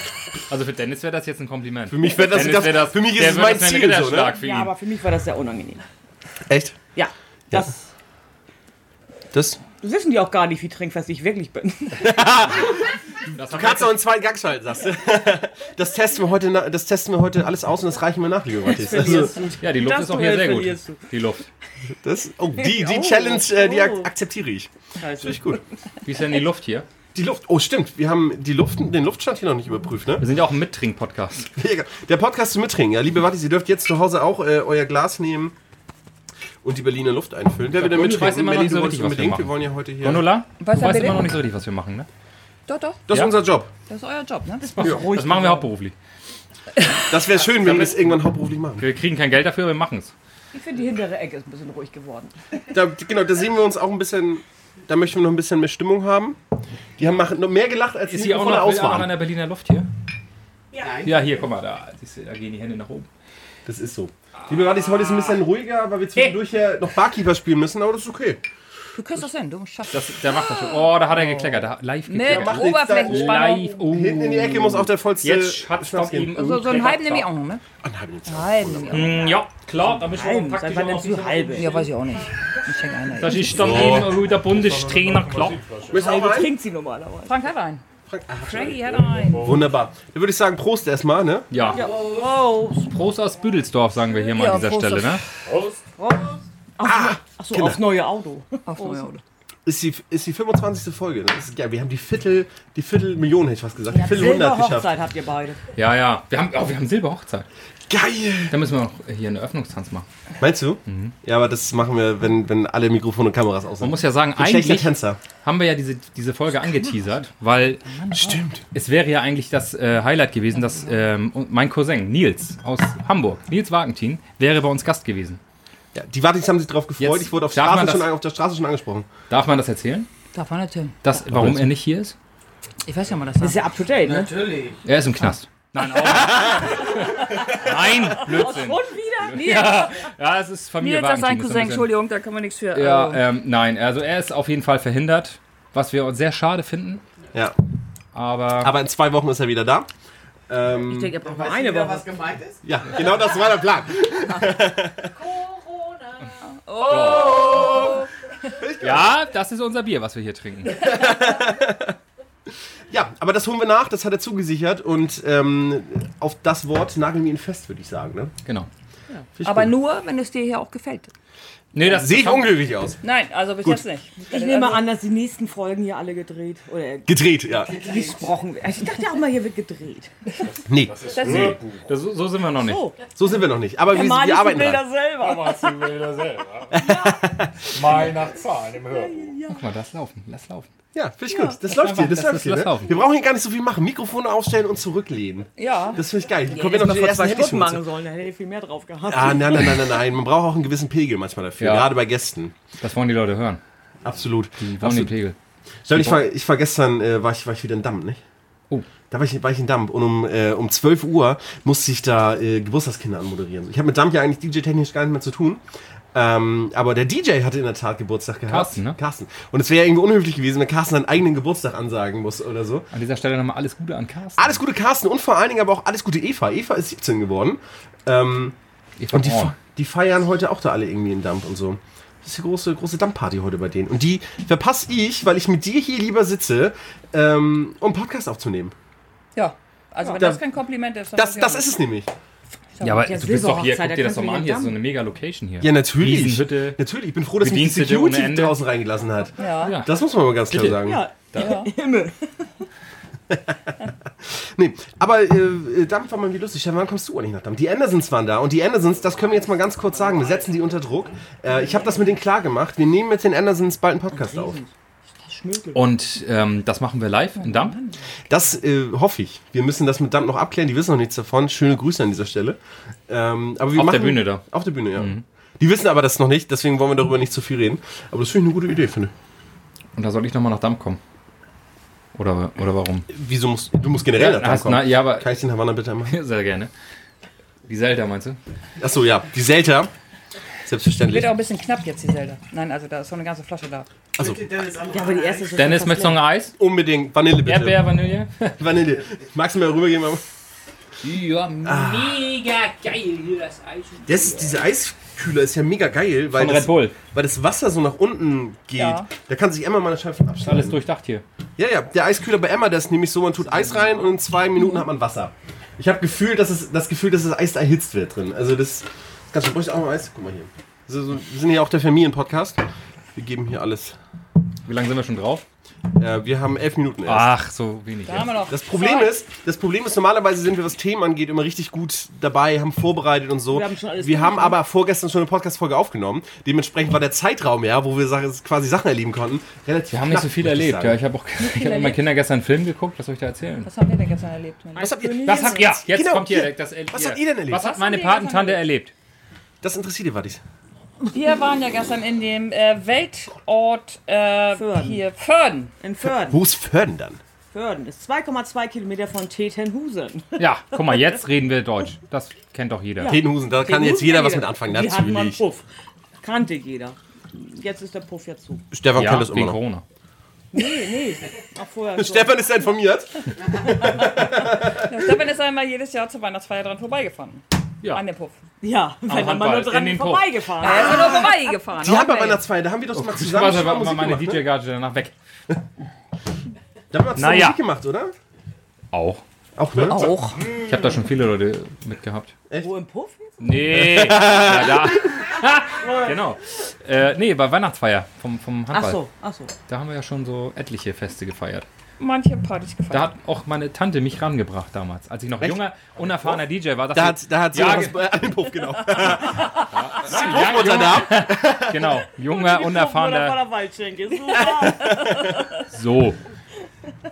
[SPEAKER 3] Also für Dennis wäre das jetzt ein Kompliment. Für
[SPEAKER 1] mich wär das- das- für mich ist es mein Ziel, so, ne?
[SPEAKER 3] für
[SPEAKER 2] Ja,
[SPEAKER 3] ihn.
[SPEAKER 2] aber für mich war das sehr unangenehm.
[SPEAKER 1] Echt?
[SPEAKER 2] Ja, das
[SPEAKER 1] Das?
[SPEAKER 2] wissen die auch gar nicht, wie trinkfest ich wirklich bin.
[SPEAKER 3] Das hat
[SPEAKER 1] Kannst du einen zweiten Gang schalten, halt, sagst du. [LAUGHS] Das testen wir heute, na- das testen wir heute alles aus und das reichen wir nach, lieber Matthias. Also,
[SPEAKER 3] ja, die Luft
[SPEAKER 2] Das
[SPEAKER 3] ist auch
[SPEAKER 2] Duell
[SPEAKER 3] hier sehr
[SPEAKER 2] verlierst
[SPEAKER 3] gut. Die Luft.
[SPEAKER 1] das, oh, die,
[SPEAKER 3] [LAUGHS]
[SPEAKER 1] die Challenge, äh, die
[SPEAKER 3] Oh.
[SPEAKER 1] ak akzeptiere ich.
[SPEAKER 2] Scheiße.
[SPEAKER 1] Finde ich gut.
[SPEAKER 3] Wie ist denn die Luft hier?
[SPEAKER 1] Die Luft, oh stimmt, wir haben die Luft, den Luftstand hier noch nicht überprüft, ne? [LAUGHS]
[SPEAKER 3] Wir sind ja auch ein Mittring-Podcast.
[SPEAKER 1] Egal. Der Podcast zum Mittrinken, ja, liebe Wattis, ihr dürft jetzt zu Hause auch äh, euer Glas nehmen und die Berliner Luft einfüllen. Wer will denn
[SPEAKER 3] Gundula weiß
[SPEAKER 1] mittrinken?
[SPEAKER 3] immer noch
[SPEAKER 1] Berlin,
[SPEAKER 3] nicht so
[SPEAKER 1] du wolltest
[SPEAKER 3] richtig, was wir
[SPEAKER 1] unbedingt,
[SPEAKER 3] machen.
[SPEAKER 1] wir wollen ja heute hier...
[SPEAKER 3] Gondola? Du
[SPEAKER 4] Was
[SPEAKER 3] weißt
[SPEAKER 4] bitte?
[SPEAKER 3] immer noch nicht so richtig, was wir machen, ne?
[SPEAKER 4] Doch, doch.
[SPEAKER 1] Das ist
[SPEAKER 3] Ja.
[SPEAKER 1] unser Job.
[SPEAKER 4] Das ist euer Job, ne?
[SPEAKER 3] Das machen wir hauptberuflich.
[SPEAKER 1] Das wäre schön, wenn wir das irgendwann hauptberuflich machen.
[SPEAKER 3] Wir kriegen kein Geld dafür, wir machen es.
[SPEAKER 2] Ich finde, die hintere Ecke ist ein bisschen ruhig geworden.
[SPEAKER 1] Da, genau, da sehen wir uns auch ein bisschen... Da möchten wir noch ein bisschen mehr Stimmung haben. Die haben machen noch mehr gelacht, als die
[SPEAKER 3] Ist hier auch
[SPEAKER 1] Mikrofone
[SPEAKER 3] noch,
[SPEAKER 1] aus
[SPEAKER 3] aus auch noch an
[SPEAKER 1] waren.
[SPEAKER 3] der Berliner Luft hier?
[SPEAKER 8] Ja.
[SPEAKER 3] Ja, hier, guck mal, da, siehst du, da gehen die Hände nach oben.
[SPEAKER 1] Das ist so. Liebe Wattis, heute ist ein bisschen ruhiger, weil wir zwischendurch ja noch Barkeeper spielen müssen, aber das ist okay.
[SPEAKER 4] Du kriegst das hin, du schaffst das.
[SPEAKER 3] Das, der macht das schon. Oh, da hat er gekleckert. Da, live
[SPEAKER 4] Mit
[SPEAKER 3] gekleckert.
[SPEAKER 1] nichts,
[SPEAKER 4] Oberflächenspannung.
[SPEAKER 3] Live. Oh.
[SPEAKER 1] Hinten in die Ecke muss auch der vollste
[SPEAKER 3] Jetzt hat's
[SPEAKER 1] Schnaps
[SPEAKER 3] doch eben. Also
[SPEAKER 4] So, so einen halben nehme ich auch noch, ne? Halben nehme ich auch.
[SPEAKER 3] Mm, Ja, klar, da müssen wir
[SPEAKER 2] Nein,
[SPEAKER 3] praktisch
[SPEAKER 2] seit
[SPEAKER 3] auch
[SPEAKER 2] wann
[SPEAKER 3] noch
[SPEAKER 2] nimmst du
[SPEAKER 3] sicher-
[SPEAKER 2] halbe?
[SPEAKER 4] Ja, weiß ich auch nicht. Ich schenke einer.
[SPEAKER 3] Das ist dann eben wieder Bundestrainer, klar.
[SPEAKER 1] Müssen auch
[SPEAKER 2] Halbe
[SPEAKER 1] rein?
[SPEAKER 2] trinkt sie normalerweise.
[SPEAKER 4] Frank hat einen.
[SPEAKER 3] ah,
[SPEAKER 4] Frankie hat einen.
[SPEAKER 1] Wunderbar. Dann würde ich sagen, Prost erstmal, ne?
[SPEAKER 3] Ja.
[SPEAKER 1] Oh.
[SPEAKER 3] Prost aus Büdelsdorf, sagen wir hier mal
[SPEAKER 4] Ja,
[SPEAKER 3] an dieser
[SPEAKER 4] Prost
[SPEAKER 3] Stelle,
[SPEAKER 4] aus-
[SPEAKER 3] ne?
[SPEAKER 2] Achso, aufs neue Auto.
[SPEAKER 4] Auf Neuer, oder?
[SPEAKER 1] Ist die, ist die 25. Folge. ne? Das ist, ja, wir haben die Viertel, die Viertelmillion, hätte ich fast gesagt. die Viertelhundert geschafft.
[SPEAKER 2] Silberhochzeit habt ihr beide.
[SPEAKER 3] ne? Ja, ja. Wir haben, oh, wir haben Silberhochzeit.
[SPEAKER 1] Geil!
[SPEAKER 3] Da müssen wir noch hier einen Eröffnungstanz machen.
[SPEAKER 1] Meinst du?
[SPEAKER 3] Mhm.
[SPEAKER 1] Ja, aber das machen wir, wenn, wenn alle Mikrofone und Kameras aus
[SPEAKER 3] Man
[SPEAKER 1] sind.
[SPEAKER 3] muss ja sagen,
[SPEAKER 1] Ein schlechter
[SPEAKER 3] eigentlich
[SPEAKER 1] Tänzer.
[SPEAKER 3] haben wir ja diese, diese Folge angeteasert, weil
[SPEAKER 1] Stimmt.
[SPEAKER 3] es wäre ja eigentlich das äh, Highlight gewesen, dass ähm, und mein Cousin Nils aus Hamburg, Nils Wagentin, wäre bei uns Gast gewesen.
[SPEAKER 1] Ja, die Wartis haben sich drauf gefreut.
[SPEAKER 3] Jetzt
[SPEAKER 1] ich wurde auf,
[SPEAKER 3] darf man
[SPEAKER 1] Straße schon,
[SPEAKER 3] das-
[SPEAKER 1] an- auf der Straße schon angesprochen.
[SPEAKER 3] Darf man das erzählen?
[SPEAKER 4] Darf man natürlich.
[SPEAKER 3] Das, warum er nicht hier ist?
[SPEAKER 4] Ich weiß ja mal, das
[SPEAKER 2] Ist ja up to date, ne?
[SPEAKER 5] Natürlich.
[SPEAKER 3] Er ist im Knast. Nein, oh. Nein, Blödsinn.
[SPEAKER 4] wieder? Nee, ja,
[SPEAKER 3] Ja, es ist Familie
[SPEAKER 4] nee das
[SPEAKER 3] Wagentin.
[SPEAKER 4] ist sein
[SPEAKER 3] ist ein
[SPEAKER 4] Cousin.
[SPEAKER 3] bisschen-
[SPEAKER 4] Entschuldigung, da kann man nichts für.
[SPEAKER 3] Ja,
[SPEAKER 4] Also,
[SPEAKER 3] ähm, nein, also er ist auf jeden Fall verhindert, was wir sehr schade finden.
[SPEAKER 1] Ja.
[SPEAKER 3] Aber,
[SPEAKER 1] Aber in zwei Wochen ist er wieder da. Ähm,
[SPEAKER 4] ich denke, er braucht nur
[SPEAKER 5] Weißt
[SPEAKER 4] eine
[SPEAKER 5] du wieder,
[SPEAKER 4] Woche.
[SPEAKER 5] was gemeint ist?
[SPEAKER 1] ja, genau das war der Plan.
[SPEAKER 8] Corona.
[SPEAKER 3] ja, das ist unser Bier, was wir hier trinken.
[SPEAKER 1] Ja, aber das holen wir nach, das hat er zugesichert und ähm, auf das Wort nageln wir ihn fest, würde ich sagen. Ne?
[SPEAKER 3] Genau.
[SPEAKER 4] Aber nur, wenn es dir hier auch gefällt.
[SPEAKER 3] Nee, das
[SPEAKER 1] Sehe ich unglücklich aus.
[SPEAKER 4] Nein, also bis jetzt nicht.
[SPEAKER 2] Ich nehme an, dass die nächsten Folgen hier alle gedreht oder
[SPEAKER 1] Gedreht, ja.
[SPEAKER 2] gesprochen werden. Ich dachte auch mal, hier wird gedreht.
[SPEAKER 1] Nee,
[SPEAKER 4] Das
[SPEAKER 3] Nee, das, so so sind wir noch nicht.
[SPEAKER 2] So,
[SPEAKER 1] so sind wir noch nicht. Aber wir,
[SPEAKER 2] mal
[SPEAKER 1] wir arbeiten dran.
[SPEAKER 2] Bilder selber.
[SPEAKER 6] Machst du Bilder selber. Mal nach Zahlen im Hörbuch.
[SPEAKER 3] Guck mal, lass laufen, lass laufen.
[SPEAKER 1] Ja, finde ich gut. Das läuft hier, das,
[SPEAKER 3] das-
[SPEAKER 1] läuft
[SPEAKER 3] das
[SPEAKER 1] hier.
[SPEAKER 3] lass
[SPEAKER 1] Ne?
[SPEAKER 3] laufen.
[SPEAKER 1] Wir brauchen hier gar nicht so viel machen. Mikrofone aufstellen und zurücklehnen.
[SPEAKER 4] Ja.
[SPEAKER 1] Das finde ich geil. Kommen wir noch die ersten
[SPEAKER 2] Rücken machen
[SPEAKER 1] Händeschmutze.
[SPEAKER 2] sollen, da hätte ich viel mehr drauf gehabt. [LAUGHS]
[SPEAKER 1] Ah, nein, nein, nein, nein, nein. Man braucht auch einen gewissen Pegel manchmal dafür.
[SPEAKER 3] Ja.
[SPEAKER 1] Gerade bei Gästen.
[SPEAKER 3] Das wollen die Leute hören.
[SPEAKER 1] Absolut.
[SPEAKER 3] Die wollen den
[SPEAKER 1] Absolut.
[SPEAKER 3] Pegel.
[SPEAKER 1] Soll ich, war, ich war gestern, äh, war, ich, war ich wieder in Damm, nicht?
[SPEAKER 3] Oh.
[SPEAKER 1] Da war ich, war ich in Damm und um, äh, um 12 Uhr musste ich da äh, Geburtstagskinder anmoderieren. Ich habe mit Damm ja eigentlich DJ-technisch gar nicht mehr zu tun. Ähm, aber der DJ hatte in der Tat Geburtstag gehabt.
[SPEAKER 3] Carsten, ne?
[SPEAKER 1] Carsten. Und es wäre ja irgendwie unhöflich gewesen, wenn Carsten seinen eigenen Geburtstag ansagen muss oder so.
[SPEAKER 3] An dieser Stelle nochmal alles Gute an Carsten.
[SPEAKER 1] Alles Gute Carsten und vor allen Dingen aber auch alles Gute Eva. Eva ist 17 geworden. Ähm,
[SPEAKER 3] Eva
[SPEAKER 1] und die,
[SPEAKER 3] Braun.
[SPEAKER 1] fe- die feiern heute auch da alle irgendwie in Damp und so. Das ist die große, große Dampfparty heute bei denen. Und die verpasse ich, weil ich mit dir hier lieber sitze, ähm, um Podcast aufzunehmen.
[SPEAKER 4] Ja. Also, wenn
[SPEAKER 1] Da-
[SPEAKER 4] das kein Kompliment ist, dann
[SPEAKER 1] Das,
[SPEAKER 4] weiß ich
[SPEAKER 1] das
[SPEAKER 4] auch
[SPEAKER 1] ist es nämlich.
[SPEAKER 4] nicht.
[SPEAKER 3] Ja, aber
[SPEAKER 2] Ja,
[SPEAKER 3] du bist doch hier,
[SPEAKER 2] Silberhochzeit,
[SPEAKER 3] guck dir das
[SPEAKER 2] da
[SPEAKER 3] doch mal an.
[SPEAKER 2] kannst du
[SPEAKER 3] Hier ist so
[SPEAKER 2] den
[SPEAKER 3] eine mega Location hier.
[SPEAKER 1] Ja, natürlich.
[SPEAKER 3] Riesenhütte.
[SPEAKER 1] Natürlich. Ich bin froh, dass mich die
[SPEAKER 3] Bedienstete
[SPEAKER 1] Security
[SPEAKER 3] ohne Ende.
[SPEAKER 1] draußen reingelassen hat.
[SPEAKER 4] Ja.
[SPEAKER 3] Ja.
[SPEAKER 1] Das muss man mal ganz klar
[SPEAKER 3] Bitte.
[SPEAKER 1] sagen.
[SPEAKER 2] Ja, Himmel.
[SPEAKER 1] Nee, aber äh, Dampf war mal wie lustig. Stefan, wann kommst du eigentlich nach Dampf? Die Andersons waren da. Und die Andersons, das können wir jetzt mal ganz kurz sagen. Wir setzen die unter Druck. Äh, ich habe das mit denen klar gemacht. Wir nehmen mit den Andersons bald einen Podcast auf.
[SPEAKER 3] Und ähm, das machen wir live in Damm.
[SPEAKER 1] Das äh, hoffe ich. Wir müssen das mit Dampf noch abklären. Die wissen noch nichts davon. Schöne Grüße an dieser Stelle. Ähm, aber wir
[SPEAKER 3] Auf der
[SPEAKER 1] machen-
[SPEAKER 3] Bühne Mhm. da.
[SPEAKER 1] Auf der Bühne, ja. Die wissen aber das noch nicht, deswegen wollen wir darüber nicht zu viel reden. Aber das finde ich eine gute Idee, finde ich.
[SPEAKER 3] Und da soll ich nochmal nach Damm kommen. Oder, oder warum?
[SPEAKER 1] Wieso musst du musst generell nach Dampf
[SPEAKER 3] hast,
[SPEAKER 1] kommen?
[SPEAKER 3] na, ja, aber [LAUGHS]
[SPEAKER 1] Kann ich den Havanna bitte machen?
[SPEAKER 3] sehr gerne. Die Zelda meinst du?
[SPEAKER 1] Achso, ja, die Selta. Selbstverständlich.
[SPEAKER 4] Wird auch ein bisschen knapp jetzt, die Zelda. Nein, also da ist so eine ganze Flasche da.
[SPEAKER 2] Ja, aber die erste ist
[SPEAKER 3] Dennis, möchtest du noch ein Eis?
[SPEAKER 1] Unbedingt. Vanille bitte.
[SPEAKER 3] Erdbeer, Vanille?
[SPEAKER 1] Vanille. Magst du mal rübergehen? Mama?
[SPEAKER 3] Ja, mega geil hier das Eis.
[SPEAKER 1] Das ist, diese Eiskühler ist ja mega geil, weil
[SPEAKER 3] Von Red
[SPEAKER 1] das,
[SPEAKER 3] Bull.
[SPEAKER 1] weil das Wasser so nach unten geht.
[SPEAKER 4] Ja.
[SPEAKER 1] Da kann sich Emma mal eine Scheibe von abschneiden.
[SPEAKER 3] Alles durchdacht hier.
[SPEAKER 1] Ja, ja. Der Eiskühler bei Emma, der ist nämlich so, man tut Eis rein und in zwei Minuten hat man Wasser. Ich habe Gefühl, dass es, das Gefühl, dass das Eis da erhitzt wird drin. Also das, das kannst du, brauchst du auch mal Eis? Guck mal hier. Also, so, wir sind ja auch der Familienpodcast. Wir geben hier alles.
[SPEAKER 3] Wie lange sind wir schon drauf?
[SPEAKER 1] Äh, wir haben elf Minuten erst.
[SPEAKER 3] Ach, so wenig.
[SPEAKER 4] Da haben wir noch.
[SPEAKER 1] Das Problem ist, das Problem ist, normalerweise sind wir, was Themen angeht, immer richtig gut dabei, haben vorbereitet und so. Wir
[SPEAKER 2] Wir
[SPEAKER 1] haben,
[SPEAKER 2] haben schon alles
[SPEAKER 1] aber vorgestern schon eine Podcast-Folge aufgenommen. Dementsprechend war der Zeitraum, ja, wo wir Sachen- quasi Sachen erleben konnten, relativ
[SPEAKER 3] Wir haben nicht so
[SPEAKER 1] knapp,
[SPEAKER 3] viel
[SPEAKER 1] muss ich
[SPEAKER 3] erlebt.
[SPEAKER 1] sagen.
[SPEAKER 3] Ja, ich habe auch [LAUGHS] ich hab mit meinen
[SPEAKER 4] erlebt.
[SPEAKER 3] Kindern gestern einen Film geguckt. Was soll ich da erzählen?
[SPEAKER 4] Was haben wir denn gestern erlebt?
[SPEAKER 1] Was habt ihr,
[SPEAKER 3] Was habt ihr? Jetzt
[SPEAKER 1] Genau,
[SPEAKER 3] kommt hier,
[SPEAKER 1] hier.
[SPEAKER 3] das erlebt
[SPEAKER 1] Was habt ihr denn erlebt?
[SPEAKER 3] Was hat meine
[SPEAKER 4] wir gestern
[SPEAKER 3] Patentante erlebt?
[SPEAKER 1] das interessiert ihr, Wattis.
[SPEAKER 4] Wir waren ja gestern in dem äh, Weltort äh,
[SPEAKER 2] Föhrden.
[SPEAKER 4] hier Föhrden.
[SPEAKER 2] In Förden.
[SPEAKER 1] Wo ist Föhrden dann?
[SPEAKER 2] Förden ist 2,2 Kilometer von Tettenhusen.
[SPEAKER 3] Ja, guck mal, jetzt reden wir Deutsch. Das kennt doch jeder.
[SPEAKER 1] Hedenhusen, da kann jetzt
[SPEAKER 2] Husen
[SPEAKER 1] jeder
[SPEAKER 2] kennt
[SPEAKER 1] was
[SPEAKER 2] jeder.
[SPEAKER 1] mit anfangen,
[SPEAKER 2] Die hatten mal einen
[SPEAKER 1] natürlich.
[SPEAKER 2] Puff. Kannte jeder. jetzt ist der Puff ja zu.
[SPEAKER 1] Stefan
[SPEAKER 3] ja,
[SPEAKER 1] kann das
[SPEAKER 3] wegen
[SPEAKER 1] immer noch.
[SPEAKER 3] Corona.
[SPEAKER 2] Nee, nee. Auch vorher. schon.
[SPEAKER 1] Stefan ist informiert.
[SPEAKER 4] Stefan ist einmal jedes Jahr zur Weihnachtsfeier dran vorbeigefahren.
[SPEAKER 3] Ja.
[SPEAKER 4] An dem Puff.
[SPEAKER 2] Ja, wenn er mal nur
[SPEAKER 3] Handball, in
[SPEAKER 2] dran
[SPEAKER 3] den Puff.
[SPEAKER 2] vorbeigefahren
[SPEAKER 4] Er ist nur noch vorbeigefahren.
[SPEAKER 1] Die haben bei
[SPEAKER 4] Okay.
[SPEAKER 1] Weihnachtsfeier, da haben wir doch mal
[SPEAKER 3] Ich
[SPEAKER 1] zusammen
[SPEAKER 3] war
[SPEAKER 1] schon mal
[SPEAKER 3] aber mal
[SPEAKER 1] Musik
[SPEAKER 3] meine
[SPEAKER 1] gemacht. Ne?
[SPEAKER 3] DJ-Gage danach weg.
[SPEAKER 1] Da haben wir zusammen
[SPEAKER 3] Naja.
[SPEAKER 1] Musik gemacht, oder?
[SPEAKER 3] Auch.
[SPEAKER 1] Auch, ne?
[SPEAKER 4] Auch.
[SPEAKER 3] Ich habe da schon viele Leute mitgehabt.
[SPEAKER 2] Wo im Puff?
[SPEAKER 3] Nee. ja, da. [LAUGHS] genau. Äh, nee, bei Weihnachtsfeier vom, vom Handball.
[SPEAKER 2] Ach so, ach so.
[SPEAKER 3] Da haben wir ja schon so etliche Feste gefeiert.
[SPEAKER 4] Manche Partys gefeiert.
[SPEAKER 3] Da hat auch meine Tante mich rangebracht damals, als ich noch junger, unerfahrener DJ war.
[SPEAKER 1] Da hat, da hat sie
[SPEAKER 3] Ja,
[SPEAKER 1] noch was
[SPEAKER 3] ge-
[SPEAKER 1] bei- an den Puff,
[SPEAKER 3] [LAUGHS]
[SPEAKER 1] genau.
[SPEAKER 3] ja, junger,
[SPEAKER 1] Unter
[SPEAKER 3] genau,
[SPEAKER 2] [LAUGHS]
[SPEAKER 3] junger, unerfahrener.
[SPEAKER 2] der Waldschenke. [LAUGHS] Super.
[SPEAKER 3] So.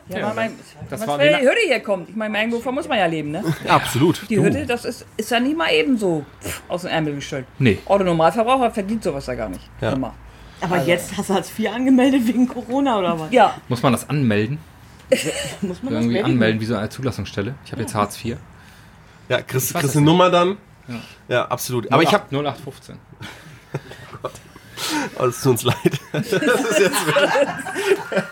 [SPEAKER 4] ja, ja, mein,
[SPEAKER 3] Das
[SPEAKER 4] was
[SPEAKER 3] war
[SPEAKER 4] für eine
[SPEAKER 3] Weihnachten.
[SPEAKER 4] Hürde hier kommt. Ich meine, irgendwo muss man ja leben, ne?
[SPEAKER 1] Absolut.
[SPEAKER 4] Die Hürde, das ist, ist ja nicht mal eben so pff, aus dem Ärmel gestellt.
[SPEAKER 3] Nee.
[SPEAKER 4] Otto Normalverbraucher verdient sowas ja gar nicht. Ja. Immer.
[SPEAKER 2] Aber jetzt hast du Hartz IV angemeldet wegen Corona oder was?
[SPEAKER 4] Ja,
[SPEAKER 3] Muss man das anmelden?
[SPEAKER 2] Muss man das
[SPEAKER 3] Irgendwie
[SPEAKER 2] melden?
[SPEAKER 3] anmelden, wie so eine Zulassungsstelle. Ich habe jetzt Hartz IV.
[SPEAKER 1] Ja, kriegst,
[SPEAKER 3] weiß
[SPEAKER 1] kriegst
[SPEAKER 3] es
[SPEAKER 1] eine Nummer dann. Ja, absolut. Aber ich habe
[SPEAKER 3] 0815.
[SPEAKER 1] Oh, es tut uns leid. [LAUGHS] Das ist jetzt
[SPEAKER 3] [LAUGHS]
[SPEAKER 1] wirklich-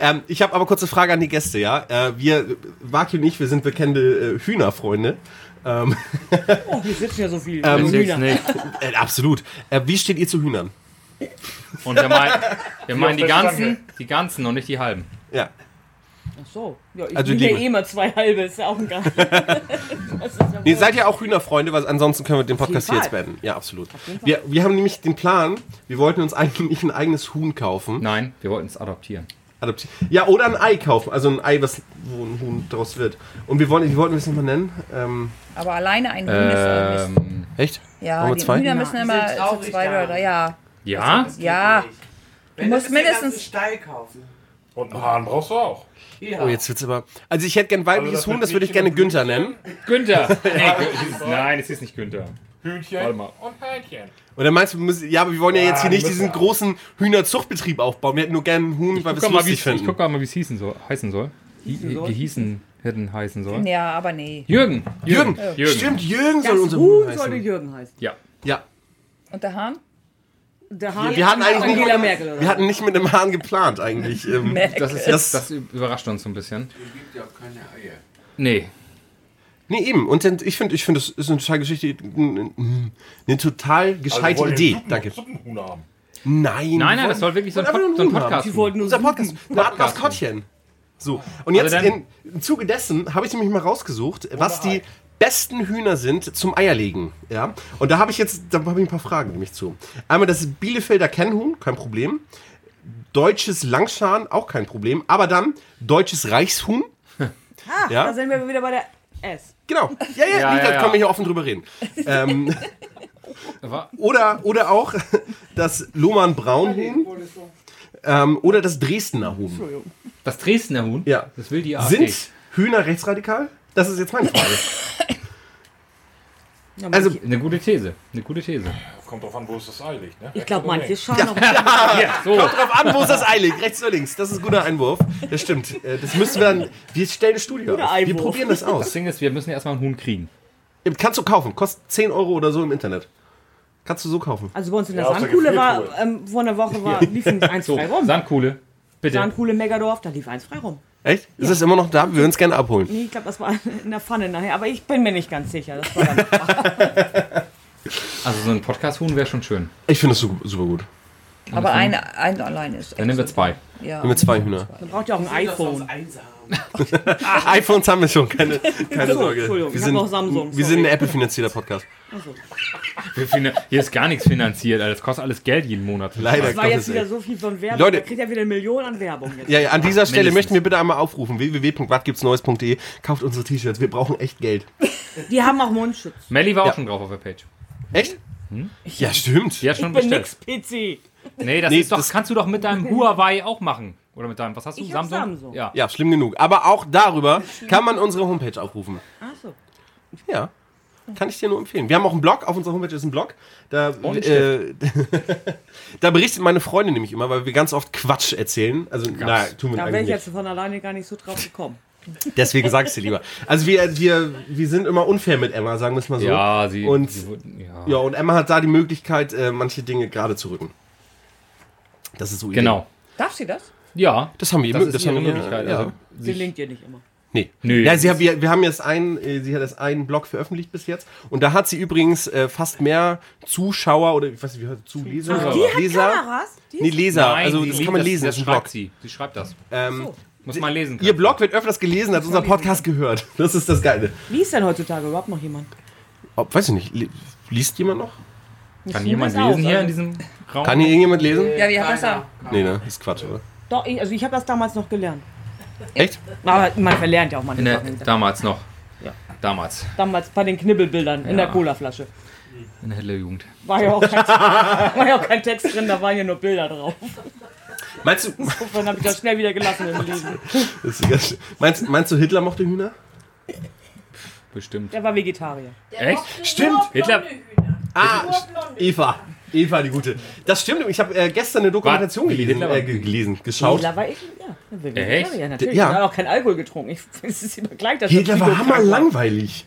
[SPEAKER 1] ähm, ich habe aber kurze Frage an die Gäste, ja. Äh, wir, Waki und ich, wir sind bekannte äh, Hühnerfreunde.
[SPEAKER 2] Oh, hier sitzen ja so viel.
[SPEAKER 1] Ähm,
[SPEAKER 2] Hühner.
[SPEAKER 3] nicht.
[SPEAKER 1] Äh, absolut. Äh, wie steht ihr zu Hühnern?
[SPEAKER 3] Und wir meinen, wir meinen die
[SPEAKER 6] auf der
[SPEAKER 3] ganzen, die ganzen und nicht die halben.
[SPEAKER 1] Ja.
[SPEAKER 2] Ach so. Ja, ich
[SPEAKER 1] Also
[SPEAKER 2] also ja
[SPEAKER 1] liebe.
[SPEAKER 2] eh mal zwei halbe. Ist ja
[SPEAKER 1] [LAUGHS]
[SPEAKER 2] auch ein Garten.
[SPEAKER 1] Nee, seid ihr auch Hühnerfreunde, weil ansonsten können wir den Podcast hier
[SPEAKER 2] jeden
[SPEAKER 1] jetzt beenden. Ja, absolut. Wir, wir haben nämlich den Plan, wir wollten uns [LAUGHS] eigentlich ein eigenes Huhn kaufen.
[SPEAKER 3] Nein, wir wollten es adoptieren.
[SPEAKER 1] Adopti- Ja, oder ein Ei kaufen. Also ein Ei, was, wo ein Huhn draus wird. Und wir wollen, wir wollten es nicht mal nennen. Ähm,
[SPEAKER 4] aber alleine ein Huhn ist auch Mist.
[SPEAKER 3] Ähm,
[SPEAKER 1] Echt?
[SPEAKER 4] Ja,
[SPEAKER 1] Wollen wir
[SPEAKER 4] die
[SPEAKER 1] zwei?
[SPEAKER 4] Hühner müssen immer
[SPEAKER 5] sind traurig
[SPEAKER 4] zu zwei
[SPEAKER 5] da.
[SPEAKER 4] oder drei. Ja,
[SPEAKER 3] ja,
[SPEAKER 4] ja. Du musst mindestens.
[SPEAKER 5] Steil kaufen.
[SPEAKER 6] Und einen Hahn brauchst du auch.
[SPEAKER 1] Oh, jetzt wird's aber. Also ich hätte gern weibliches
[SPEAKER 6] Also das
[SPEAKER 1] Huhn,
[SPEAKER 6] mit
[SPEAKER 1] das würde ich
[SPEAKER 6] Mädchen
[SPEAKER 1] gerne
[SPEAKER 6] und
[SPEAKER 1] Günther nennen.
[SPEAKER 3] [LAUGHS] Günther. Nee, Gü- es ist- Nein, es ist nicht Günther. Warte
[SPEAKER 6] Hühnchen
[SPEAKER 3] mal.
[SPEAKER 6] und Hähnchen.
[SPEAKER 1] Und dann meinst du, wir müssen, ja, aber wir wollen ja
[SPEAKER 6] Ja,
[SPEAKER 1] jetzt hier
[SPEAKER 6] die
[SPEAKER 1] nicht
[SPEAKER 6] müssen
[SPEAKER 1] diesen
[SPEAKER 6] auch.
[SPEAKER 1] großen Hühnerzuchtbetrieb aufbauen. Wir hätten nur gerne einen Huhn, weil wir es
[SPEAKER 3] Guck mal, wie
[SPEAKER 1] lustig
[SPEAKER 3] es- ich
[SPEAKER 1] finden.
[SPEAKER 3] guck mal, wie es hießen soll, heißen soll. Hi- Gehießen hätten heißen soll.
[SPEAKER 4] Ja, aber nee.
[SPEAKER 3] Jürgen.
[SPEAKER 1] Jürgen,
[SPEAKER 3] Jürgen.
[SPEAKER 1] stimmt, Jürgen soll
[SPEAKER 2] Das
[SPEAKER 1] unser Huhn
[SPEAKER 2] Huhn sollte
[SPEAKER 1] heißen.
[SPEAKER 2] Jürgen heißen.
[SPEAKER 3] Ja.
[SPEAKER 1] Ja,
[SPEAKER 4] Und der Hahn?
[SPEAKER 2] Der Hahn
[SPEAKER 1] wir hatten eigentlich nicht,
[SPEAKER 2] Angela Merkel oder
[SPEAKER 1] wir hatten nicht mit dem Hahn geplant eigentlich. Ähm,
[SPEAKER 3] Das,
[SPEAKER 1] Das-
[SPEAKER 3] ist jetzt, das überrascht uns so ein bisschen.
[SPEAKER 5] Es gibt ja auch keine Eier.
[SPEAKER 3] Nee.
[SPEAKER 1] nee, eben. Und dann- ich finde, ich finde, das ist eine total Geschichte, eine, eine total
[SPEAKER 6] Also
[SPEAKER 1] gescheite Idée. Danke.
[SPEAKER 6] Suppenhuhn haben.
[SPEAKER 1] Nein,
[SPEAKER 3] Nein, nein, das soll wirklich so ein,
[SPEAKER 1] einfach nur
[SPEAKER 3] Pod
[SPEAKER 1] ein
[SPEAKER 3] so ein
[SPEAKER 1] Huhn haben.
[SPEAKER 3] Podcast.
[SPEAKER 2] Die wollten nur
[SPEAKER 1] unser Podcast. Martha's Kottchen. So, und jetzt
[SPEAKER 3] Also dann-
[SPEAKER 1] in, im Zuge dessen habe ich nämlich mal rausgesucht, was die besten Hühner sind zum Eierlegen. Ja? Und da habe ich jetzt da habe ich ein paar Fragen nämlich zu. Einmal das Bielefelder Kennhuhn, kein Problem. Deutsches Langschan, auch kein Problem. Aber dann deutsches Reichshuhn.
[SPEAKER 2] Ah,
[SPEAKER 1] Ja?
[SPEAKER 2] da sind wir wieder bei der S.
[SPEAKER 1] Genau. Ja, ja,
[SPEAKER 3] Ja,
[SPEAKER 1] ja, da
[SPEAKER 3] ja,
[SPEAKER 1] können wir
[SPEAKER 3] ja.
[SPEAKER 1] hier offen drüber reden. [LAUGHS] ähm,
[SPEAKER 3] Wa-
[SPEAKER 1] oder, oder auch [LAUGHS] das Lohmann-Braunhuhn. Ähm, oder das Dresdner Huhn.
[SPEAKER 3] Das Dresdner Huhn?
[SPEAKER 1] Ja.
[SPEAKER 3] Das will die E. AfD.
[SPEAKER 1] Sind Hühner rechtsradikal? Das ist jetzt meine Frage.
[SPEAKER 2] Ja,
[SPEAKER 1] [LAUGHS] Also-
[SPEAKER 2] manche-
[SPEAKER 3] Eine gute These. Eine gute These.
[SPEAKER 6] Kommt drauf an, wo es das Ei liegt, ne?
[SPEAKER 2] ich glaube, manche schauen auch.
[SPEAKER 3] So.
[SPEAKER 1] Kommt drauf an, wo ist das Ei liegt, rechts oder links. Das ist ein guter Einwurf. Das stimmt. Äh, Das müssen wir dann. Wir stellen eine Studie auf. Wir
[SPEAKER 2] Einwurf.
[SPEAKER 1] probieren das
[SPEAKER 3] Das
[SPEAKER 1] aus.
[SPEAKER 3] Ding ist, wir müssen erstmal ein Huhn kriegen.
[SPEAKER 1] Kannst du kaufen. Kostet 10 Euro oder so im Internet. Kannst du so kaufen.
[SPEAKER 2] Also bei uns in der
[SPEAKER 6] Ja, aus der
[SPEAKER 2] Sandkuhle war,
[SPEAKER 6] Gefriertruhe.
[SPEAKER 2] ähm, vor einer Woche war, lief ein 1
[SPEAKER 3] So,
[SPEAKER 2] frei rum.
[SPEAKER 3] Sandkuhle. Bitte.
[SPEAKER 2] Sandkuhle Megadorf, da lief 1 frei rum.
[SPEAKER 1] Echt? Ist das immer noch da? Wir würden es gerne abholen.
[SPEAKER 2] Nee, ich glaube, das war in der Pfanne nachher, aber ich bin mir nicht ganz sicher. Das war dann
[SPEAKER 3] Also so ein Podcast-Huhn wäre schon schön.
[SPEAKER 1] Ich finde das su- super gut.
[SPEAKER 4] Aber ein, ein allein ist.
[SPEAKER 3] Dann nehmen wir zwei.
[SPEAKER 4] Ja.
[SPEAKER 1] Mit zwei Hühner.
[SPEAKER 2] man braucht ja auch ein iPhone.
[SPEAKER 5] einsam.
[SPEAKER 1] iPhones haben wir schon.
[SPEAKER 2] [LAUGHS]
[SPEAKER 1] Keine, keine
[SPEAKER 2] So,
[SPEAKER 1] Sorge.
[SPEAKER 2] Entschuldigung,
[SPEAKER 1] Wir
[SPEAKER 2] ich hab
[SPEAKER 1] sind,
[SPEAKER 2] noch Samsung,
[SPEAKER 1] wir sind ein
[SPEAKER 2] sorry.
[SPEAKER 1] Apple-finanzierter Podcast.
[SPEAKER 3] Wir finan- Hier ist gar nichts finanziert. Alter. Das kostet alles Geld jeden Monat.
[SPEAKER 1] Leider
[SPEAKER 2] Das war
[SPEAKER 1] kommt
[SPEAKER 2] jetzt
[SPEAKER 1] es
[SPEAKER 2] wieder
[SPEAKER 1] echt.
[SPEAKER 2] so viel von Werbung.
[SPEAKER 1] Leute.
[SPEAKER 2] da kriegt ja wieder eine Million an Werbung jetzt.
[SPEAKER 1] Ja, ja, an dieser Stelle
[SPEAKER 3] mindestens.
[SPEAKER 1] möchten wir bitte einmal aufrufen: www.watgibtsneues.de. Kauft unsere T-Shirts. Wir brauchen echt Geld.
[SPEAKER 2] Die haben auch Mundschutz.
[SPEAKER 3] Melli war auch
[SPEAKER 1] Ja.
[SPEAKER 3] schon drauf auf der Page.
[SPEAKER 1] Echt? Ja, stimmt.
[SPEAKER 3] Die hat schon
[SPEAKER 2] Ich bin nix PC.
[SPEAKER 3] bestellt. Nee, das,
[SPEAKER 1] Nee,
[SPEAKER 3] ist doch,
[SPEAKER 1] das-
[SPEAKER 3] kannst du doch mit deinem Huawei auch machen. Oder mit deinem, was hast du?
[SPEAKER 2] Ich hab
[SPEAKER 3] Samsung?
[SPEAKER 2] Samsung.
[SPEAKER 3] Ja.
[SPEAKER 1] Ja, schlimm genug. Aber auch darüber kann man unsere Homepage aufrufen.
[SPEAKER 2] Achso.
[SPEAKER 1] Ja. Kann ich dir nur empfehlen. Wir haben auch einen Blog, auf unserer Homepage ist ein Blog. Da,
[SPEAKER 3] Und
[SPEAKER 1] äh, [LAUGHS] da berichtet meine Freundin nämlich immer, weil wir ganz oft Quatsch erzählen. Also, na, tun wir
[SPEAKER 2] Da wäre ich
[SPEAKER 1] eigentlich
[SPEAKER 2] jetzt
[SPEAKER 1] nicht.
[SPEAKER 2] von alleine gar nicht so drauf gekommen.
[SPEAKER 1] Deswegen sag ich dir lieber. Also wir, wir, wir sind immer unfair mit Emma, sagen wir es mal so.
[SPEAKER 3] Ja, sie.
[SPEAKER 1] Und-
[SPEAKER 3] sie, wurden- ja.
[SPEAKER 1] Ja, und Emma hat da die Möglichkeit, äh, manche Dinge gerade zu rücken. Das ist so ihre
[SPEAKER 3] Genau.
[SPEAKER 4] Darf sie das?
[SPEAKER 3] Ja.
[SPEAKER 1] Das haben wir
[SPEAKER 3] Das,
[SPEAKER 1] das
[SPEAKER 3] ist
[SPEAKER 1] haben
[SPEAKER 3] ihre
[SPEAKER 1] wir-
[SPEAKER 3] Möglichkeit.
[SPEAKER 1] Ja.
[SPEAKER 3] Also,
[SPEAKER 2] Sie
[SPEAKER 3] sie,
[SPEAKER 2] linkt ihr nicht immer.
[SPEAKER 1] nee.
[SPEAKER 3] Nö.
[SPEAKER 1] Ja, sie hat, wir, wir haben jetzt einen, äh, sie hat jetzt einen Blog veröffentlicht bis jetzt. Und da hat sie übrigens äh, fast mehr Zuschauer oder ich weiß nicht, wie heißt Zuleser?
[SPEAKER 3] Ach,
[SPEAKER 1] oder
[SPEAKER 3] die hat
[SPEAKER 1] Leser?
[SPEAKER 2] Kameras? Die
[SPEAKER 1] Nee, Leser.
[SPEAKER 3] Nein,
[SPEAKER 1] also
[SPEAKER 3] sie
[SPEAKER 1] das
[SPEAKER 3] liest
[SPEAKER 1] kann man lesen, das ist ein
[SPEAKER 3] schreibt
[SPEAKER 1] Blog.
[SPEAKER 3] sie. Sie schreibt das.
[SPEAKER 1] Ähm,
[SPEAKER 3] Muss man lesen können.
[SPEAKER 1] ihr Blog wird öfters gelesen als unser Podcast gehört. Das ist das Geile.
[SPEAKER 2] Wie ist denn heutzutage überhaupt noch jemand?
[SPEAKER 1] Ob, weiß ich nicht, li- liest jemand noch?
[SPEAKER 3] Kann
[SPEAKER 2] Ich
[SPEAKER 3] jemand
[SPEAKER 2] nehme es
[SPEAKER 3] lesen
[SPEAKER 2] aus,
[SPEAKER 3] hier in
[SPEAKER 2] also.
[SPEAKER 3] diesem Raum?
[SPEAKER 1] Kann hier irgendjemand lesen?
[SPEAKER 4] Ja, wir haben das da.
[SPEAKER 1] Nee, ne? Ist Quatsch, oder?
[SPEAKER 2] Doch, ich- also ich habe das damals noch gelernt.
[SPEAKER 1] Echt?
[SPEAKER 2] Aber man verlernt ja auch mal
[SPEAKER 3] In der,
[SPEAKER 2] Sachen.
[SPEAKER 3] Ne, damals noch. Damals.
[SPEAKER 2] Damals bei den Knibbelbildern in der
[SPEAKER 3] Ja.
[SPEAKER 2] Colaflasche.
[SPEAKER 3] In der Hitlerjugend.
[SPEAKER 2] War ja, auch kein, war ja auch kein Text drin, da waren ja nur Bilder drauf.
[SPEAKER 1] Meinst du,
[SPEAKER 2] Dann habe ich das schnell wieder gelassen im Leben.
[SPEAKER 1] Das ist ganz schön. meinst, meinst du, Hitler mochte Hühner?
[SPEAKER 3] Bestimmt.
[SPEAKER 2] Der war Vegetarier.
[SPEAKER 8] Der
[SPEAKER 3] Echt?
[SPEAKER 8] mochte
[SPEAKER 1] Stimmt.
[SPEAKER 8] nur blonde
[SPEAKER 3] Hitler-
[SPEAKER 8] Hühner.
[SPEAKER 1] Ah,
[SPEAKER 8] Nur blonde.
[SPEAKER 1] Eva. Eva, die gute. Das stimmt, ich habe äh, gestern eine Dokumentation
[SPEAKER 3] Was?
[SPEAKER 1] gelesen,
[SPEAKER 3] Hitler war-
[SPEAKER 1] äh, ge- gelesen, geschaut.
[SPEAKER 2] Hitler war ich, ja, ein Vegetarier,
[SPEAKER 3] Echt?
[SPEAKER 2] natürlich.
[SPEAKER 1] Ja.
[SPEAKER 2] Ja. Er hat auch keinen Alkohol getrunken. Ich, [LAUGHS] es ist immer gleich, dass er
[SPEAKER 1] Hitler war
[SPEAKER 2] psychokrank
[SPEAKER 1] hammerlangweilig.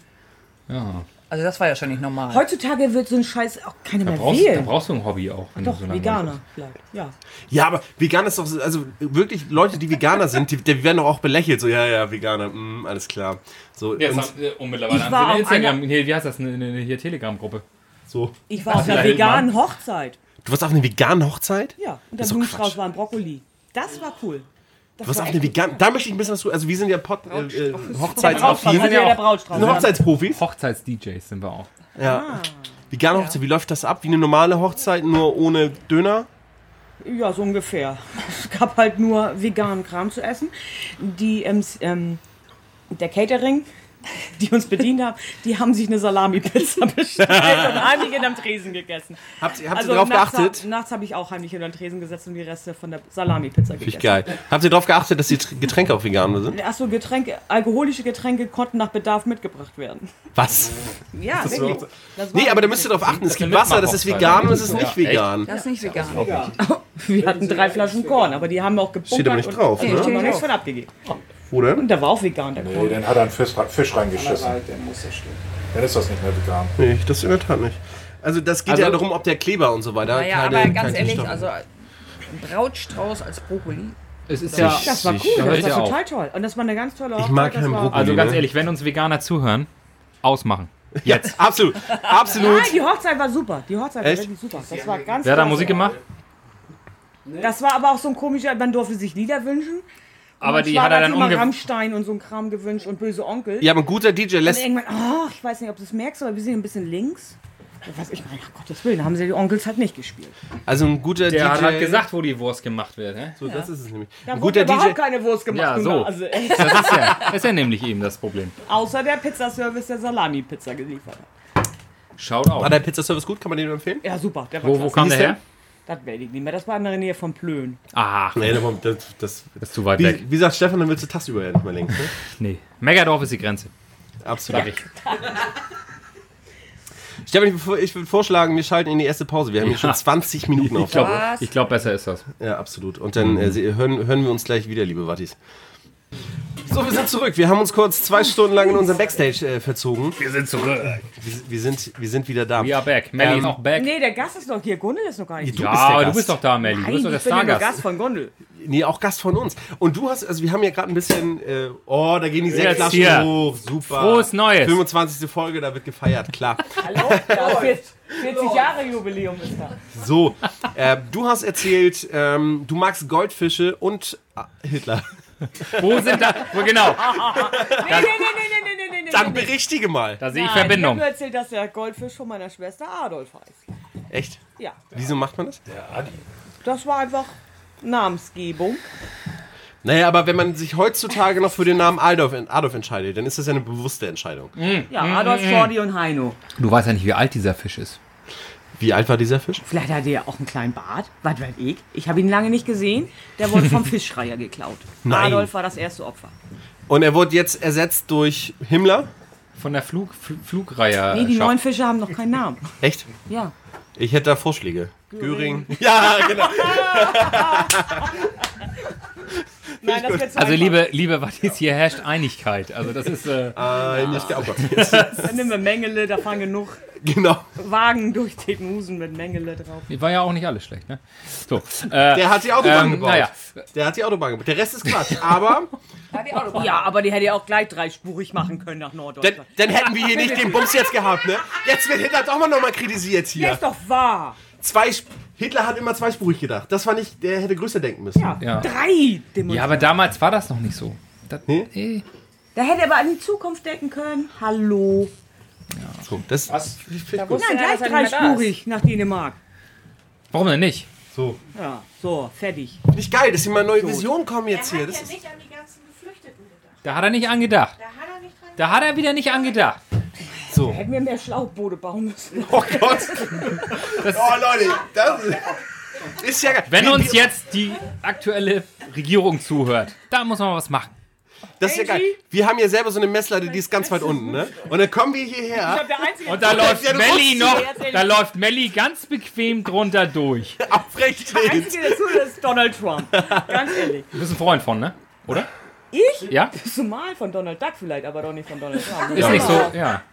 [SPEAKER 3] Ja.
[SPEAKER 4] Also das war ja schon nicht normal.
[SPEAKER 2] Heutzutage wird so ein Scheiß auch keiner
[SPEAKER 3] Da
[SPEAKER 2] mehr
[SPEAKER 3] brauchst, da
[SPEAKER 2] wählen.
[SPEAKER 3] brauchst du ein Hobby auch. Wenn
[SPEAKER 2] Doch,
[SPEAKER 3] du so lange
[SPEAKER 2] Veganer vielleicht. Ja.
[SPEAKER 1] Ja, aber vegan ist doch, so- also wirklich Leute, die Veganer sind, die, die werden doch auch belächelt. So, ja, ja, Veganer, mm, alles klar. So,
[SPEAKER 3] Ja,
[SPEAKER 1] und
[SPEAKER 3] und mittlerweile
[SPEAKER 2] Ich
[SPEAKER 3] haben
[SPEAKER 2] war
[SPEAKER 3] sie eine
[SPEAKER 2] auch
[SPEAKER 3] Instagram, hier, wie heißt das, eine, eine, eine hier Telegram-Gruppe.
[SPEAKER 1] so.
[SPEAKER 2] Ich war auf einer
[SPEAKER 3] vielleicht
[SPEAKER 2] veganen Hochzeit.
[SPEAKER 1] Du warst auf einer veganen Hochzeit?
[SPEAKER 2] Ja. Und der
[SPEAKER 1] Ist doch
[SPEAKER 2] Blumenstrauß
[SPEAKER 1] Quatsch.
[SPEAKER 2] war ein Brokkoli. Das war cool. Das
[SPEAKER 1] Du warst
[SPEAKER 2] war
[SPEAKER 1] auf einer
[SPEAKER 2] echt-
[SPEAKER 1] veganen, da möchte ich ein bisschen was zu, also wir sind ja Pod, äh, äh,
[SPEAKER 2] Der Brautstrauß, also
[SPEAKER 1] Hochzeitsaffin.
[SPEAKER 3] ja
[SPEAKER 2] ja der
[SPEAKER 3] auch-
[SPEAKER 1] Sind
[SPEAKER 2] Brautstrauß.
[SPEAKER 1] Hochzeitsprofis?
[SPEAKER 3] Hochzeits-DJs sind wir auch.
[SPEAKER 1] Ja. Vegane Hochzeit, wie läuft das ab? Wie eine normale Hochzeit, nur ohne Döner?
[SPEAKER 2] Ja, so ungefähr. [LAUGHS] Es gab halt nur veganen Kram zu essen. Die, ähm, s- ähm, der Catering, [LAUGHS] die uns bedient haben, die haben sich eine Salami-Pizza [LAUGHS] bestellt und heimlich hinterm Tresen gegessen.
[SPEAKER 1] Habt ihr, habt
[SPEAKER 2] Also
[SPEAKER 1] ihr drauf
[SPEAKER 2] nachts,
[SPEAKER 1] geachtet?
[SPEAKER 2] hab- nachts habe ich auch heimlich hinterm Tresen gesessen und die Reste von der Salami-Pizza
[SPEAKER 1] Finde ich
[SPEAKER 2] gegessen.
[SPEAKER 1] geil. Habt ihr darauf geachtet, dass die Tr- Getränke auch vegan sind?
[SPEAKER 2] Achso, Getränke, alkoholische Getränke konnten nach Bedarf mitgebracht werden.
[SPEAKER 1] Was?
[SPEAKER 2] Ja, das
[SPEAKER 1] wirklich.
[SPEAKER 2] Das war
[SPEAKER 1] Nee, aber da müsst ihr darauf achten. Es gibt
[SPEAKER 3] eine
[SPEAKER 1] Wasser, das ist
[SPEAKER 3] Mitmachhochzeit.
[SPEAKER 1] vegan und es ist nicht vegan.
[SPEAKER 4] das ist nicht vegan.
[SPEAKER 2] wir hatten drei Flaschen Korn, aber die haben wir auch gebunkert.
[SPEAKER 1] Steht aber nicht
[SPEAKER 2] und-
[SPEAKER 1] drauf,
[SPEAKER 2] Nee,
[SPEAKER 1] ne?
[SPEAKER 2] steht nichts von abgegeben.
[SPEAKER 1] Wo
[SPEAKER 2] Und
[SPEAKER 1] denn?
[SPEAKER 2] der war auch vegan, der Korn.
[SPEAKER 6] Nee, dann hat er einen Fisch, rein- Fisch reingeschissen.
[SPEAKER 5] Der muss ja stehen.
[SPEAKER 6] Dann ist das nicht mehr vegan.
[SPEAKER 1] Nee, das in der Tat nicht. Also das geht
[SPEAKER 3] Also-
[SPEAKER 1] ja darum, ob der Kleber und so weiter.
[SPEAKER 4] Naja,
[SPEAKER 1] keine-
[SPEAKER 4] aber ganz
[SPEAKER 1] keine
[SPEAKER 4] ehrlich,
[SPEAKER 1] Stoffe-
[SPEAKER 4] also ein Brautstrauß als Brokkoli.
[SPEAKER 3] Es ist ja,
[SPEAKER 2] Das war cool,
[SPEAKER 3] Da hört
[SPEAKER 2] das
[SPEAKER 3] ihr
[SPEAKER 2] war
[SPEAKER 3] auf.
[SPEAKER 2] total toll. Und das war eine ganz tolle
[SPEAKER 1] Ich
[SPEAKER 2] Hochzeit.
[SPEAKER 1] mag
[SPEAKER 2] das
[SPEAKER 1] keinen
[SPEAKER 2] war-
[SPEAKER 1] Brokkoli.
[SPEAKER 3] also ganz
[SPEAKER 1] ne?
[SPEAKER 3] ehrlich, wenn uns Veganer zuhören, ausmachen.
[SPEAKER 1] Jetzt. Absolut. Absolut.
[SPEAKER 2] Nein, die Hochzeit war super. Die Hochzeit
[SPEAKER 1] Echt?
[SPEAKER 2] war wirklich super. Das war ganz
[SPEAKER 3] Wer hat da
[SPEAKER 2] klasse.
[SPEAKER 3] Musik gemacht?
[SPEAKER 2] Das war aber auch so ein komischer, man durfte sich Lieder wünschen.
[SPEAKER 3] Aber die
[SPEAKER 2] Manchmal
[SPEAKER 3] hat er dann
[SPEAKER 2] sich immer
[SPEAKER 3] umge...
[SPEAKER 2] Rammstein und so ein Kram gewünscht und böse Onkel.
[SPEAKER 1] Ja, aber ein guter DJ
[SPEAKER 2] Und
[SPEAKER 1] lässt.
[SPEAKER 2] irgendwann, ah, ich weiß nicht, ob du es merkst, aber wir sind ein bisschen links. Ich weiß ich meine, ach Gottes Willen, da haben sie die Onkels halt nicht gespielt.
[SPEAKER 1] Also ein guter
[SPEAKER 3] Der hat
[SPEAKER 1] DJ.
[SPEAKER 3] halt gesagt, wo die Wurst gemacht wird. hä?
[SPEAKER 1] So, das ist es nämlich.
[SPEAKER 2] Da
[SPEAKER 1] Ein
[SPEAKER 2] wurde
[SPEAKER 1] guter
[SPEAKER 2] überhaupt
[SPEAKER 1] DJ.
[SPEAKER 2] keine Wurst gemacht.
[SPEAKER 3] Ja,
[SPEAKER 2] du
[SPEAKER 3] so.
[SPEAKER 2] Nase.
[SPEAKER 3] Das ist ja,
[SPEAKER 2] [LAUGHS]
[SPEAKER 3] das ist ja nämlich eben das Problem.
[SPEAKER 2] außer der Pizzaservice, der Salami-Pizza geliefert hat.
[SPEAKER 3] Shout
[SPEAKER 1] War
[SPEAKER 3] out.
[SPEAKER 1] der Pizzaservice gut? Kann man den empfehlen?
[SPEAKER 2] Ja, super, der war
[SPEAKER 3] Wo, wo
[SPEAKER 2] klasse.
[SPEAKER 3] kam der
[SPEAKER 1] Wie ist
[SPEAKER 3] her?
[SPEAKER 2] Das werde ich nicht mehr. Das war in der Nähe von Plön.
[SPEAKER 3] Ach,
[SPEAKER 1] Nee, aber das, das,
[SPEAKER 3] das ist zu weit weg.
[SPEAKER 1] wie, wie sagt Stefan, dann willst du tagsüber ja nicht mehr lenken. Ne?
[SPEAKER 3] Nee. Megadorf ist die Grenze.
[SPEAKER 1] Absolut. Stefan, ich, ich würde vorschlagen, wir schalten in die erste Pause. Wir haben hier schon 20 Minuten auf.
[SPEAKER 3] Ich glaube,
[SPEAKER 4] Was?
[SPEAKER 3] ich glaub, besser ist das.
[SPEAKER 1] Ja, absolut. Und dann äh, se- hören, hören wir uns gleich wieder, liebe Wattis. So, wir sind zurück. Wir haben uns kurz zwei Stunden lang in unserem Backstage äh, verzogen. Wir sind zurück. Wir, wir, sind, wir sind wieder da. Ähm,
[SPEAKER 3] We are back. Melly ist auch back.
[SPEAKER 2] Nee, der Gast ist noch hier. Gundel ist noch gar nicht.
[SPEAKER 1] Du
[SPEAKER 3] Ähm, ja,
[SPEAKER 1] bist der
[SPEAKER 3] aber du
[SPEAKER 1] Gast.
[SPEAKER 3] bist doch da, Melly. Du
[SPEAKER 2] Nein,
[SPEAKER 3] bist
[SPEAKER 2] ich
[SPEAKER 3] doch
[SPEAKER 2] bin
[SPEAKER 3] der
[SPEAKER 2] ja nur
[SPEAKER 3] Stargast.
[SPEAKER 2] Gast von Gondel.
[SPEAKER 1] Nee, auch Gast von uns. Und du hast, also wir haben ja gerade ein bisschen, äh, oh, da gehen die
[SPEAKER 3] hier.
[SPEAKER 1] Sektflaschen hoch. Super.
[SPEAKER 3] Frohes Neues.
[SPEAKER 1] 25. Folge, da wird gefeiert, klar.
[SPEAKER 2] Hallo? Da ist 40 Jahre Jubiläum
[SPEAKER 3] [LAUGHS]
[SPEAKER 2] ist da.
[SPEAKER 1] So, äh, du hast erzählt, ähm, du magst Goldfische und ah, Hitler.
[SPEAKER 3] Wo sind da? Wo genau?
[SPEAKER 2] Nee, nee, nee, nee, nee, nee, nee,
[SPEAKER 1] Dann
[SPEAKER 2] nee.
[SPEAKER 1] berichtige mal.
[SPEAKER 3] Da sehe
[SPEAKER 2] Nein,
[SPEAKER 3] ich
[SPEAKER 2] Ich hab
[SPEAKER 3] Verbindung.
[SPEAKER 2] nur erzählt, dass der Goldfisch von meiner Schwester Adolf heißt.
[SPEAKER 1] Echt?
[SPEAKER 2] Ja,
[SPEAKER 1] Wieso macht man das?
[SPEAKER 2] das war einfach Namensgebung.
[SPEAKER 1] Naja, aber wenn man sich heutzutage noch für den Namen Adolf, Adolf entscheidet, dann ist das ja eine bewusste Entscheidung.
[SPEAKER 2] Ja, Adolf,
[SPEAKER 3] Mhm.
[SPEAKER 2] Jordi und Heino.
[SPEAKER 3] Du weißt ja nicht, wie alt dieser Fisch ist.
[SPEAKER 1] Wie alt war dieser Fisch?
[SPEAKER 2] Vielleicht hatte er auch einen kleinen Bart. Was weiß ich? Ich habe ihn lange nicht gesehen. Der wurde [LAUGHS] vom Fischschreier geklaut.
[SPEAKER 1] Nein.
[SPEAKER 2] Adolf war das erste Opfer.
[SPEAKER 1] Und er wurde jetzt ersetzt durch Himmler.
[SPEAKER 3] Von der Flug, Fl Flugreihe.
[SPEAKER 2] Nee, die
[SPEAKER 3] Schaff-
[SPEAKER 2] neuen Fische haben noch keinen Namen.
[SPEAKER 1] Echt?
[SPEAKER 2] Ja.
[SPEAKER 1] Ich hätte da [LAUGHS] Vorschläge. Göring. Ja, genau.
[SPEAKER 2] [LAUGHS] Nein, das wird zu
[SPEAKER 3] Also
[SPEAKER 2] einfach.
[SPEAKER 3] liebe, liebe Wattis, hier herrscht Einigkeit. Also das ist, äh,
[SPEAKER 1] Äh, nicht, oh Gott. Jetzt.
[SPEAKER 2] Dann nehmen wir Mengele, da fahren genug
[SPEAKER 1] genau.
[SPEAKER 2] Wagen durch den Musen mit Mengele drauf.
[SPEAKER 3] war ja auch nicht alles schlecht, ne? So, äh,
[SPEAKER 1] Der hat die Autobahn
[SPEAKER 3] Ähm,
[SPEAKER 1] gebaut.
[SPEAKER 3] naja.
[SPEAKER 1] Der hat die Autobahn gebaut. Der Rest ist Quatsch. Aber
[SPEAKER 2] Ja, aber die hätte ja auch gleich dreispurig machen können nach
[SPEAKER 1] dann,
[SPEAKER 2] Norddeutschland.
[SPEAKER 1] dann hätten wir hier nicht den Bums jetzt gehabt, ne? Jetzt wird Hitler doch mal nochmal kritisiert
[SPEAKER 2] Ja,
[SPEAKER 1] hier.
[SPEAKER 2] ist doch wahr.
[SPEAKER 1] Zwei, Sp- Hitler hat immer zweispurig gedacht. Das war nicht, der hätte größer denken müssen.
[SPEAKER 2] Ja,
[SPEAKER 3] Ja.
[SPEAKER 2] drei
[SPEAKER 3] ja,
[SPEAKER 2] Demonstranten.
[SPEAKER 3] aber damals war das noch nicht so. Das,
[SPEAKER 1] Nee?
[SPEAKER 3] eh.
[SPEAKER 2] Da hätte er aber an die Zukunft denken können. Hallo. Oh
[SPEAKER 1] So, das
[SPEAKER 6] Was?
[SPEAKER 2] Nein,
[SPEAKER 4] Ja,
[SPEAKER 2] gleich
[SPEAKER 4] dass er nicht mehr da
[SPEAKER 2] dreispurig nach Dänemark.
[SPEAKER 3] Warum denn nicht?
[SPEAKER 1] so.
[SPEAKER 2] Ja, so, fertig.
[SPEAKER 1] Finde ich geil, dass hier mal neue Visionen kommen jetzt
[SPEAKER 8] Er
[SPEAKER 1] hier.
[SPEAKER 8] hat
[SPEAKER 1] Das
[SPEAKER 8] ja
[SPEAKER 1] ist,
[SPEAKER 8] nicht an die ganzen Geflüchteten gedacht.
[SPEAKER 3] Da hat er nicht angedacht.
[SPEAKER 8] Da hat er nicht dran
[SPEAKER 3] Da hat er wieder nicht angedacht.
[SPEAKER 2] Hätten wir mehr Schlauchboote bauen müssen.
[SPEAKER 1] oh Gott. oh Leute, das ist, ist ja geil.
[SPEAKER 3] Wenn
[SPEAKER 1] Wir-
[SPEAKER 3] uns
[SPEAKER 1] wir-
[SPEAKER 3] jetzt die aktuelle Regierung zuhört, da muss man was machen.
[SPEAKER 1] Das ist ja geil. Wir haben hier selber so eine Messlatte, die ist ganz weit unten, ne? Und dann kommen wir hierher.
[SPEAKER 2] [LAUGHS] Der einzige
[SPEAKER 3] Und da läuft
[SPEAKER 1] Ja, du
[SPEAKER 3] Melli
[SPEAKER 1] musst
[SPEAKER 3] noch,
[SPEAKER 2] sie jetzt-
[SPEAKER 3] da läuft Melli ganz bequem drunter durch.
[SPEAKER 1] Aufrecht stehen.
[SPEAKER 2] Einzige dazu ist Donald Trump. Ganz ehrlich.
[SPEAKER 3] Du bist ein Freund von, ne? Oder?
[SPEAKER 2] Ich?
[SPEAKER 3] Ja?
[SPEAKER 2] Zumal von Donald Duck vielleicht, aber doch nicht von Donald Trump.
[SPEAKER 3] [LAUGHS] Ist nicht so, ja.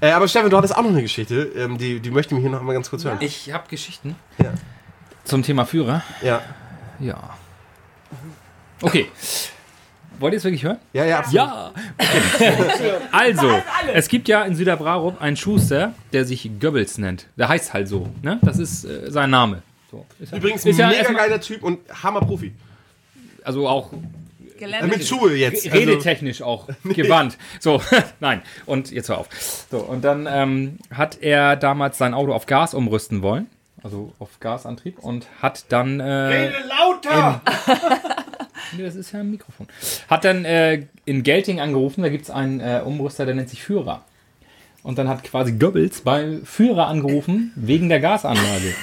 [SPEAKER 1] Äh, aber Stefan, du hattest auch noch eine Geschichte. Ähm, die, die möchte ich mir hier noch mal ganz kurz hören.
[SPEAKER 3] Ich habe Geschichten.
[SPEAKER 1] Ja.
[SPEAKER 3] Zum Thema Führer.
[SPEAKER 1] Ja.
[SPEAKER 3] Ja. Okay. Wollt ihr es wirklich hören?
[SPEAKER 1] Ja, ja, absolut.
[SPEAKER 3] Ja. also, es gibt ja in Süderbrarup einen Schuster, der sich Goebbels nennt. Der heißt halt so. Ne? Das ist äh, sein Name. So. Ist er-
[SPEAKER 1] Übrigens,
[SPEAKER 3] ist ja
[SPEAKER 1] mega
[SPEAKER 3] erstmal-
[SPEAKER 1] geiler Typ und Hammerprofi.
[SPEAKER 3] Also auch
[SPEAKER 1] Äh, Mit Schuhe jetzt. Also,
[SPEAKER 3] redetechnisch auch gewandt. So, [LAUGHS] nein. Und jetzt hör auf. So, und dann ähm, hat er damals sein Auto auf Gas umrüsten wollen. Also auf Gasantrieb und hat dann. Äh, Rede lauter! nee, das ist ja ein Mikrofon. Hat dann äh, in Gelting angerufen, da gibt es einen äh, Umrüster, der nennt sich Führer. Und dann hat quasi Goebbels bei Führer angerufen, wegen der [LAUGHS] Gasanlage.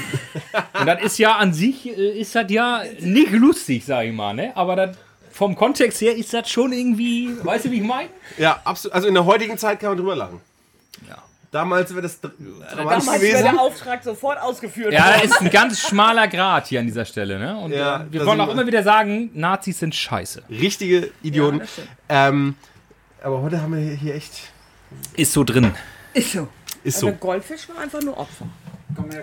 [SPEAKER 3] Und das ist ja an sich, äh, ist das ja nicht lustig, sag ich mal, ne? Aber das, vom Kontext her ist das schon irgendwie, weißt du, wie ich meine?
[SPEAKER 1] ja, absolut. Also in der heutigen Zeit kann man drüber lachen. Damals wäre das dr dramatisch
[SPEAKER 2] Damals wäre
[SPEAKER 1] gewesen.
[SPEAKER 2] der Auftrag sofort ausgeführt
[SPEAKER 3] Ja,
[SPEAKER 2] worden.
[SPEAKER 3] das ist ein ganz schmaler Grad hier an dieser Stelle, ne? Und
[SPEAKER 1] Ja,
[SPEAKER 3] äh, wir
[SPEAKER 1] da
[SPEAKER 3] wollen
[SPEAKER 1] sind
[SPEAKER 3] auch
[SPEAKER 1] wir.
[SPEAKER 3] immer wieder sagen, Nazis sind scheiße.
[SPEAKER 1] Richtige Idioten. ähm, aber heute haben wir hier- hier echt.
[SPEAKER 3] Ist so drin.
[SPEAKER 4] Ist so.
[SPEAKER 1] Ist
[SPEAKER 2] Der
[SPEAKER 1] so.
[SPEAKER 2] Goldfisch war einfach nur Opfer.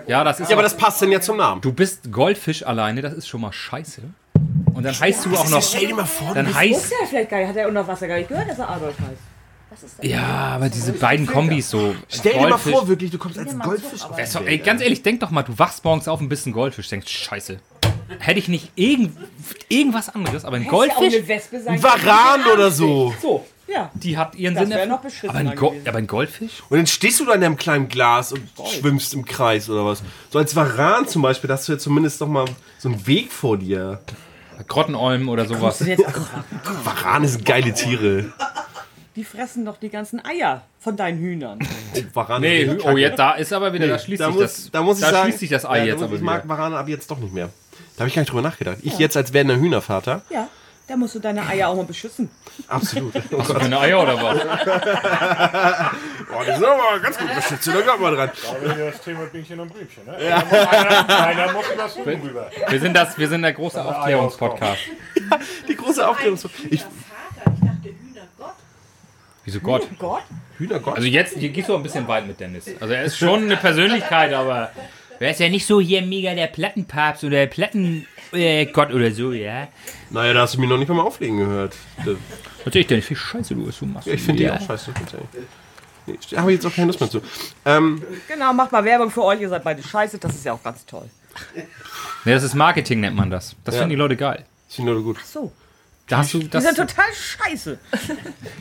[SPEAKER 3] Ja, das ist
[SPEAKER 1] Ja, aber das passt denn ja zum Namen.
[SPEAKER 3] Du bist Goldfisch alleine, das ist schon mal scheiße. Und dann heißt du auch noch.
[SPEAKER 1] Stell dir mal vor,
[SPEAKER 3] Dann heißt.
[SPEAKER 2] Wusste er vielleicht gar nicht, hat er unter Wasser gar nicht gehört, dass er Adolf heißt.
[SPEAKER 3] Ja, aber diese beiden Kombis so.
[SPEAKER 1] stell dir mal vor, wirklich, du kommst als Goldfisch auf.
[SPEAKER 3] Das ist doch, ey, ganz ehrlich, denk doch mal, du wachst morgens auf und bist ein Goldfisch, denkst, scheiße. Hätte ich nicht irgend, irgendwas anderes, aber ein
[SPEAKER 2] Hätte ja auch
[SPEAKER 3] Goldfisch,
[SPEAKER 2] eine Wespe sein
[SPEAKER 1] Varan oder so.
[SPEAKER 2] So, ja.
[SPEAKER 3] die hat ihren
[SPEAKER 2] Das
[SPEAKER 3] Sinn.
[SPEAKER 2] wär
[SPEAKER 3] erfüllt.
[SPEAKER 2] noch beschissener
[SPEAKER 3] aber, ein Go
[SPEAKER 2] gewesen.
[SPEAKER 3] aber ein Goldfisch?
[SPEAKER 1] Und dann stehst du da in deinem kleinen Glas und schwimmst im Kreis oder was. So als Varan zum Beispiel, da hast du ja zumindest noch mal so einen Weg vor dir.
[SPEAKER 3] Grottenolm oder sowas.
[SPEAKER 1] Varan sind geile Tiere.
[SPEAKER 2] Die fressen doch die ganzen Eier von deinen Hühnern.
[SPEAKER 1] Oh, Varan
[SPEAKER 3] Nee,
[SPEAKER 1] sind
[SPEAKER 3] oh, jetzt, da ist aber wieder, da schließt
[SPEAKER 1] da
[SPEAKER 3] sich
[SPEAKER 1] muss,
[SPEAKER 3] das,
[SPEAKER 1] da muss ich sagen,
[SPEAKER 3] schließt sich das
[SPEAKER 1] ja,
[SPEAKER 3] Ei
[SPEAKER 1] da
[SPEAKER 3] jetzt
[SPEAKER 1] muss-
[SPEAKER 3] aber
[SPEAKER 1] Ich mag
[SPEAKER 3] wieder.
[SPEAKER 1] Varan ab jetzt doch nicht mehr. Da habe ich gar nicht drüber nachgedacht. Ich jetzt als werdender Hühnervater.
[SPEAKER 2] Ja, da musst du deine Eier auch mal beschützen.
[SPEAKER 3] [LAUGHS]
[SPEAKER 1] Absolut. Oh Gott.
[SPEAKER 3] Meine Eier
[SPEAKER 1] [LAUGHS]
[SPEAKER 3] oder was? Oh,
[SPEAKER 1] Boah, die sind aber ganz gut beschützt. Da glaubt mal dran.
[SPEAKER 6] Aber hier das Thema Bierchen und Blümchen, ne? Ja. Einer, einer muss über das Huhn rüber.
[SPEAKER 3] Wir sind das, wir sind der große Aufklärungspodcast.
[SPEAKER 1] Die große Aufklärung. Ich,
[SPEAKER 8] Vater, ich dachte Hühnergott.
[SPEAKER 3] Wieso Gott?
[SPEAKER 2] Gott,
[SPEAKER 1] Hühnergott.
[SPEAKER 3] Also jetzt, hier gehst du auch ein bisschen weit mit Dennis. Also er ist schon eine Persönlichkeit, aber er ist ja nicht so hier mega der Plattenpapst oder der Plattengott oder so, ja?
[SPEAKER 1] naja, da hast du mich noch nicht mal auflegen gehört. Da-
[SPEAKER 3] Natürlich, Dennis, wie scheiße du bist, du machst.
[SPEAKER 1] Ich finde die auch scheiße. Nee, da habe ich jetzt auch keine Lust mehr zu. Ähm,
[SPEAKER 2] genau, macht mal Werbung für euch, ihr seid beide scheiße, das ist ja auch ganz toll.
[SPEAKER 3] Ne, das ist Marketing, nennt man das. Das
[SPEAKER 1] Ja.
[SPEAKER 3] finden die Leute geil.
[SPEAKER 1] ich finde nur gut.
[SPEAKER 2] So,
[SPEAKER 3] Da hast du
[SPEAKER 2] die
[SPEAKER 3] das.
[SPEAKER 2] sind total scheiße.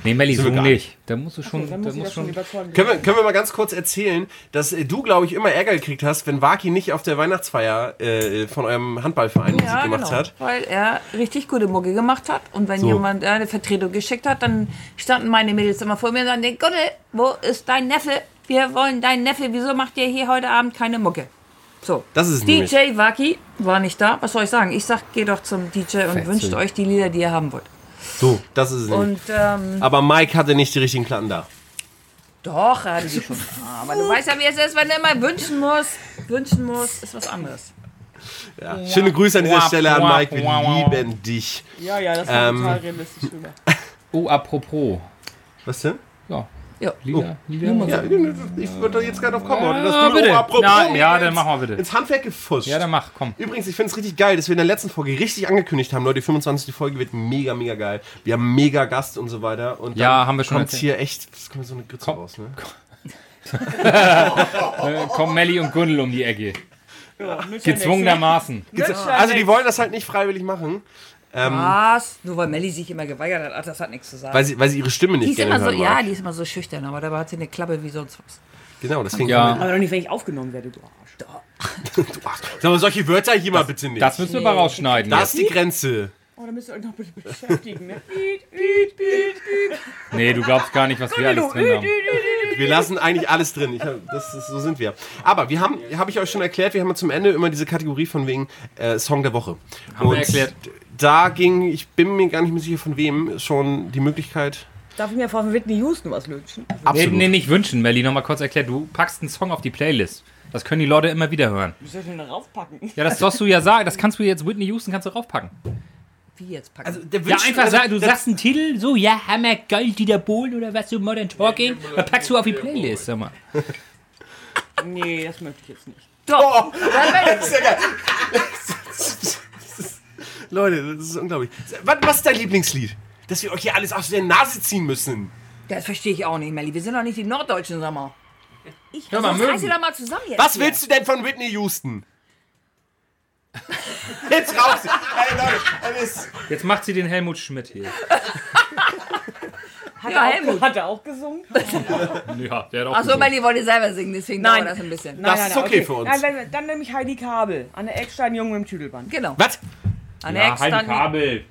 [SPEAKER 3] Nee, Melli, so
[SPEAKER 1] wir gar
[SPEAKER 3] nicht. Da musst du schon.
[SPEAKER 2] Dann
[SPEAKER 3] da
[SPEAKER 2] muss ich
[SPEAKER 3] musst
[SPEAKER 2] das schon
[SPEAKER 3] schon
[SPEAKER 2] überzeugen.
[SPEAKER 1] Können wir, können wir mal ganz kurz erzählen, dass äh, du, glaube ich, immer Ärger gekriegt hast, wenn Waki nicht auf der Weihnachtsfeier äh, von eurem Handballverein Musik gemacht
[SPEAKER 4] genau.
[SPEAKER 1] hat.
[SPEAKER 4] Weil er richtig gute Mucke gemacht hat. Und wenn jemand äh, eine Vertretung geschickt hat, dann standen meine Mädels immer vor mir und sagten, Gunne, wo ist dein Neffe? Wir wollen deinen Neffe. Wieso macht ihr hier heute Abend keine Mucke? So.
[SPEAKER 1] Das ist es nämlich.
[SPEAKER 4] DJ Waki war nicht da. Was soll ich sagen? Ich sag, geh doch zum DJ und wünscht euch die Lieder, die ihr haben wollt.
[SPEAKER 1] So, das ist es nämlich.
[SPEAKER 4] Und ähm,
[SPEAKER 1] Aber Mike hatte nicht die richtigen Platten da. Hm.
[SPEAKER 4] doch, er hatte die schon. Aber du weißt ja, wie es ist, wenn du immer wünschen musst. Wünschen musst, ist was anderes.
[SPEAKER 1] Ja. Schöne Grüße an dieser
[SPEAKER 3] Wah,
[SPEAKER 1] Stelle an
[SPEAKER 3] wah,
[SPEAKER 1] Mike. Wir
[SPEAKER 3] wah, wah.
[SPEAKER 1] lieben dich.
[SPEAKER 2] Ja, ja, das war
[SPEAKER 1] Ähm.
[SPEAKER 2] total realistisch drüber.
[SPEAKER 3] Oh, apropos.
[SPEAKER 1] Was denn?
[SPEAKER 3] Ja.
[SPEAKER 4] Ja.
[SPEAKER 3] Lieder.
[SPEAKER 1] Oh.
[SPEAKER 3] Lieder.
[SPEAKER 1] Ja, ich würde da jetzt gerade drauf kommen, oder? Das
[SPEAKER 3] Ah,
[SPEAKER 1] dumme
[SPEAKER 3] bitte.
[SPEAKER 1] Oh, apropos,
[SPEAKER 3] Na,
[SPEAKER 1] mir
[SPEAKER 3] ja,
[SPEAKER 1] ins-
[SPEAKER 3] dann machen wir bitte.
[SPEAKER 1] Ins Handwerk gefuscht.
[SPEAKER 3] Ja, dann mach, komm.
[SPEAKER 1] Übrigens, ich finde es richtig geil, dass wir in der letzten Folge richtig angekündigt haben, Leute, die 25. Folge wird mega, mega geil. Wir haben mega Gast und so weiter. Und
[SPEAKER 3] Ja,
[SPEAKER 1] dann
[SPEAKER 3] haben wir schon
[SPEAKER 1] Kommt
[SPEAKER 3] erzählt.
[SPEAKER 1] hier echt, es kommt so eine Grütze raus, ne?
[SPEAKER 3] Äh, kommen Melli und Gundel um die Ecke.
[SPEAKER 2] Mütterlich, ne?
[SPEAKER 3] Gezwungenermaßen.
[SPEAKER 1] Also die wollen das halt nicht freiwillig machen,
[SPEAKER 4] Was? Nur weil Melli sich immer geweigert hat. Ach, das hat nichts zu sagen.
[SPEAKER 1] weil sie, weil sie ihre Stimme nicht
[SPEAKER 4] die ist
[SPEAKER 1] gerne
[SPEAKER 4] immer so,
[SPEAKER 1] hören
[SPEAKER 4] ja,
[SPEAKER 1] mag.
[SPEAKER 4] die ist immer so schüchtern, aber dabei hat sie eine Klappe wie sonst was.
[SPEAKER 1] Genau, deswegen.
[SPEAKER 3] Ja.
[SPEAKER 2] Aber doch nicht, wenn ich aufgenommen werde, du Arsch.
[SPEAKER 1] Ach, sag mal, solche Wörter hier mal bitte nicht.
[SPEAKER 3] Das müssen wir mal rausschneiden.
[SPEAKER 1] Das ist die Grenze.
[SPEAKER 2] Oh, da müsst ihr euch noch bitte beschäftigen, ne? Piet, piet, piet, piet.
[SPEAKER 3] Nee, du glaubst gar nicht, was wir alles drin haben.
[SPEAKER 1] Wir lassen eigentlich alles drin. Ich hab, das ist, so sind wir. Aber wir haben, habe ich euch schon erklärt, wir haben zum Ende immer diese Kategorie von wegen äh, Song der Woche. Haben
[SPEAKER 3] wir erklärt.
[SPEAKER 1] Da ging, ich bin mir gar nicht mehr sicher von wem, schon die Möglichkeit.
[SPEAKER 2] Darf ich mir von Whitney Houston was lötschen?
[SPEAKER 3] Nee, nee, nicht wünschen, Melli. Nochmal kurz erklärt. Du packst einen Song auf die Playlist. Das können die Leute immer wieder hören.
[SPEAKER 2] Ich soll schon raufpacken.
[SPEAKER 3] Ja, das sollst du ja sagen. Das kannst du jetzt Whitney Houston kannst du raufpacken.
[SPEAKER 4] Wie jetzt packen? Also,
[SPEAKER 1] Der
[SPEAKER 3] Ja, einfach sagen, du sagst einen Titel, so, ja, Hammer, geil, Dieter Bohlen oder was, so Modern Talking. Dann packst du auf die Playlist, sag mal.
[SPEAKER 2] [LAUGHS] Nee, das möchte ich jetzt nicht.
[SPEAKER 4] Doch,
[SPEAKER 1] Leute, das ist unglaublich. Was, was ist dein Lieblingslied? Dass wir euch hier alles aus der Nase ziehen müssen.
[SPEAKER 4] das verstehe ich auch nicht, Melli. Wir sind doch nicht die Norddeutschen, sag mal. Ich
[SPEAKER 3] Hör mal,
[SPEAKER 4] also,
[SPEAKER 3] mögen.
[SPEAKER 4] reiß sie doch mal zusammen jetzt.
[SPEAKER 1] Was
[SPEAKER 4] hier.
[SPEAKER 1] willst du denn von Whitney Houston? [LAUGHS] Jetzt raus! Ey, Leute, alles.
[SPEAKER 3] Jetzt macht sie den Helmut Schmidt hier.
[SPEAKER 4] Hat ja, Helmut.
[SPEAKER 2] Hat er auch gesungen?
[SPEAKER 3] Ja, der hat auch.
[SPEAKER 4] Achso,
[SPEAKER 3] gesungen.
[SPEAKER 4] Melli wollte selber singen, deswegen
[SPEAKER 2] Nein.
[SPEAKER 4] dauert das ein bisschen.
[SPEAKER 1] Das ist okay für uns.
[SPEAKER 2] Nein, dann, dann nehme ich Heidi Kabel. Anne Eckstein, Jungen mit dem Tüdelband.
[SPEAKER 4] Genau.
[SPEAKER 1] Was?
[SPEAKER 4] Anne
[SPEAKER 3] ja,
[SPEAKER 4] Eckstein-
[SPEAKER 3] Heidi Kabel.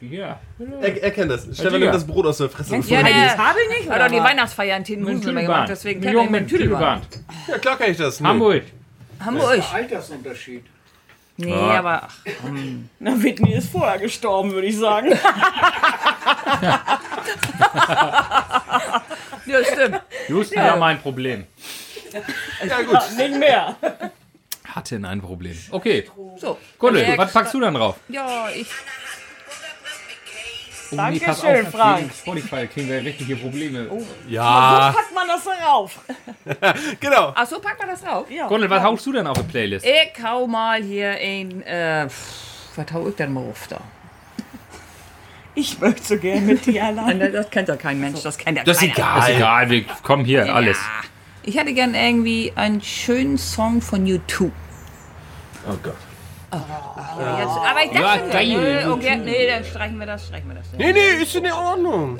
[SPEAKER 3] Ja.
[SPEAKER 1] Er, er kennt das. Stefan
[SPEAKER 3] Digga.
[SPEAKER 1] nimmt das Brot aus der Fresse.
[SPEAKER 2] Kennst du
[SPEAKER 4] Ja,
[SPEAKER 2] Heidi
[SPEAKER 4] der-
[SPEAKER 2] Kabel nicht?
[SPEAKER 4] Hat doch die
[SPEAKER 2] was?
[SPEAKER 4] Weihnachtsfeier in Tüdelband immer gemacht, deswegen kennt er
[SPEAKER 3] Jung
[SPEAKER 4] mit
[SPEAKER 3] mit
[SPEAKER 4] Tüdelband.
[SPEAKER 3] Tüdelband.
[SPEAKER 1] Ja, klar kann ich das. Nö.
[SPEAKER 3] Hamburg.
[SPEAKER 4] Hamburg.
[SPEAKER 5] Altersunterschied.
[SPEAKER 4] Nee,
[SPEAKER 3] Ja.
[SPEAKER 4] aber ach,
[SPEAKER 2] Na, Whitney ist vorher gestorben, würde ich sagen.
[SPEAKER 4] ja, stimmt.
[SPEAKER 3] Houston ja. mein Problem.
[SPEAKER 1] Ja, gut.
[SPEAKER 2] [LAUGHS] nicht mehr.
[SPEAKER 3] Hatte ein Problem. Okay,
[SPEAKER 4] So.
[SPEAKER 3] Gundel,
[SPEAKER 4] Anne
[SPEAKER 3] was packst du dann drauf?
[SPEAKER 4] Ja, ich.
[SPEAKER 2] [LAUGHS]
[SPEAKER 3] Oh,
[SPEAKER 2] Dankeschön, Frank.
[SPEAKER 3] wegen Spotify kriegen wir richtige Probleme.
[SPEAKER 1] Ja,
[SPEAKER 2] So packt man das dann auf.
[SPEAKER 1] genau.
[SPEAKER 4] Achso, packen wir das drauf.
[SPEAKER 2] Ja.
[SPEAKER 3] Gundel, was haust du denn auf die Playlist?
[SPEAKER 4] Ich hau mal hier ein. Äh, pff, was hau ich denn mal [LAUGHS] auf da?
[SPEAKER 2] Ich möchte so gerne mit dir allein.
[SPEAKER 4] Das kennt ja kein Mensch, das kennt ja
[SPEAKER 1] Das ist
[SPEAKER 4] keiner.
[SPEAKER 1] egal.
[SPEAKER 3] Egal, wir kommen hier, alles.
[SPEAKER 4] Ich hätte gern irgendwie einen schönen Song von YouTube.
[SPEAKER 1] Oh Gott.
[SPEAKER 4] Jetzt, aber ich dachte,
[SPEAKER 3] Ja,
[SPEAKER 4] schon,
[SPEAKER 3] geil.
[SPEAKER 4] äh, okay, nee, dann streichen wir das, streichen wir das.
[SPEAKER 1] Nee, nee, ist in Ordnung.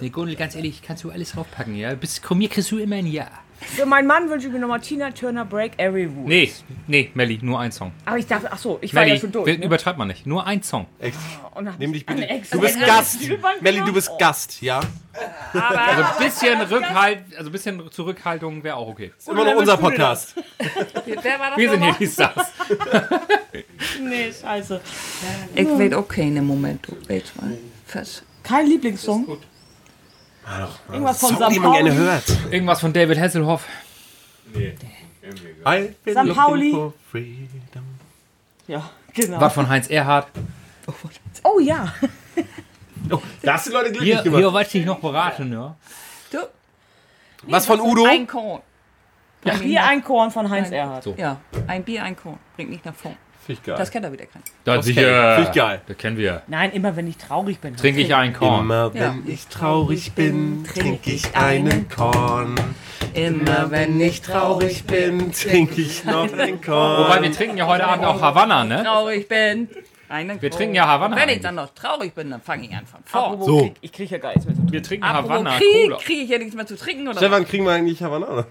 [SPEAKER 3] Nee, Gundel, ganz ehrlich, kannst du alles draufpacken, ja? Bis komm, hier kriegst du immer ein Ja.
[SPEAKER 2] Für meinen Also Mann wünsche ich mir nochmal Tina Turner Break Every Rule.
[SPEAKER 3] Nee, nee, Melli, nur ein Song.
[SPEAKER 2] Aber ich dachte, ach so, ich war
[SPEAKER 3] Melli,
[SPEAKER 2] ja schon durch.
[SPEAKER 3] wir-
[SPEAKER 2] Ne?
[SPEAKER 3] übertreib mal nicht. Nur ein Song.
[SPEAKER 1] Echt.
[SPEAKER 2] Und hab
[SPEAKER 1] Nimm
[SPEAKER 2] ich
[SPEAKER 1] dich bitte.
[SPEAKER 2] Anne Eckstein-
[SPEAKER 1] Du bist
[SPEAKER 2] Anne
[SPEAKER 1] Gast.
[SPEAKER 2] Tüdelband
[SPEAKER 1] Melli, du
[SPEAKER 2] genommen.
[SPEAKER 1] bist Gast, ja?
[SPEAKER 3] Also ein bisschen Rückhalt, also ein bisschen Zurückhaltung wäre auch okay.
[SPEAKER 1] Ist immer noch unser Podcast.
[SPEAKER 4] Wer war das
[SPEAKER 3] Wir sind hier
[SPEAKER 4] nochmal?
[SPEAKER 3] die Stars.
[SPEAKER 2] Nee, scheiße.
[SPEAKER 4] Ich will okay, ne Moment, du wait mal. Was?
[SPEAKER 2] Kein Lieblingssong. Irgendwas von
[SPEAKER 1] Song,
[SPEAKER 2] St.
[SPEAKER 1] den man gerne
[SPEAKER 2] Pauli.
[SPEAKER 1] hört.
[SPEAKER 3] Irgendwas von David Hasselhoff.
[SPEAKER 1] I been
[SPEAKER 2] St. Pauli.
[SPEAKER 1] looking for freedom.
[SPEAKER 2] Ja, genau.
[SPEAKER 3] Was von Heinz Erhardt.
[SPEAKER 2] Oh ja.
[SPEAKER 1] Oh, da hast du Leute glücklich
[SPEAKER 3] Hier,
[SPEAKER 1] gemacht.
[SPEAKER 3] hier wollte ich noch beraten, ja?
[SPEAKER 4] Du?
[SPEAKER 1] Was von Udo?
[SPEAKER 4] Ein Korn. Ja,
[SPEAKER 2] Hier ein Korn von Heinz Erhardt.
[SPEAKER 4] ja, ein Bier, ein Korn. Bringt nicht nach vorn.
[SPEAKER 1] Find ich geil.
[SPEAKER 4] Das kennt er wieder keiner.
[SPEAKER 3] Da
[SPEAKER 1] sicher. kenn ich. Find ich geil.
[SPEAKER 3] Das kennen wir.
[SPEAKER 2] Nein, immer wenn ich traurig bin.
[SPEAKER 3] Trinke ich einen Korn.
[SPEAKER 1] Immer
[SPEAKER 4] Ja.
[SPEAKER 1] wenn ich traurig bin, trinke ich einen Korn.
[SPEAKER 4] Immer wenn ich
[SPEAKER 1] Traurig bin, trinke ich noch einen
[SPEAKER 3] Wobei
[SPEAKER 1] Korn.
[SPEAKER 3] wir trinken ja heute Abend auch Havanna, ne?
[SPEAKER 4] traurig Genau, bin, einen
[SPEAKER 3] Wir
[SPEAKER 4] Korn.
[SPEAKER 3] trinken ja Havanna.
[SPEAKER 4] Wenn ich
[SPEAKER 3] eigentlich.
[SPEAKER 4] dann noch traurig bin, dann fange ich an von vorn.
[SPEAKER 2] Apropos
[SPEAKER 1] So.
[SPEAKER 2] Krieg, ich kriege ja gar nichts mehr zu tun.
[SPEAKER 3] wir trinken Havanna
[SPEAKER 4] Apropos
[SPEAKER 3] Cola.
[SPEAKER 4] Krieg, kriege ich ja nichts mehr zu trinken, oder?
[SPEAKER 1] Stefan, kriegen wir eigentlich Havanna? [LAUGHS] oder?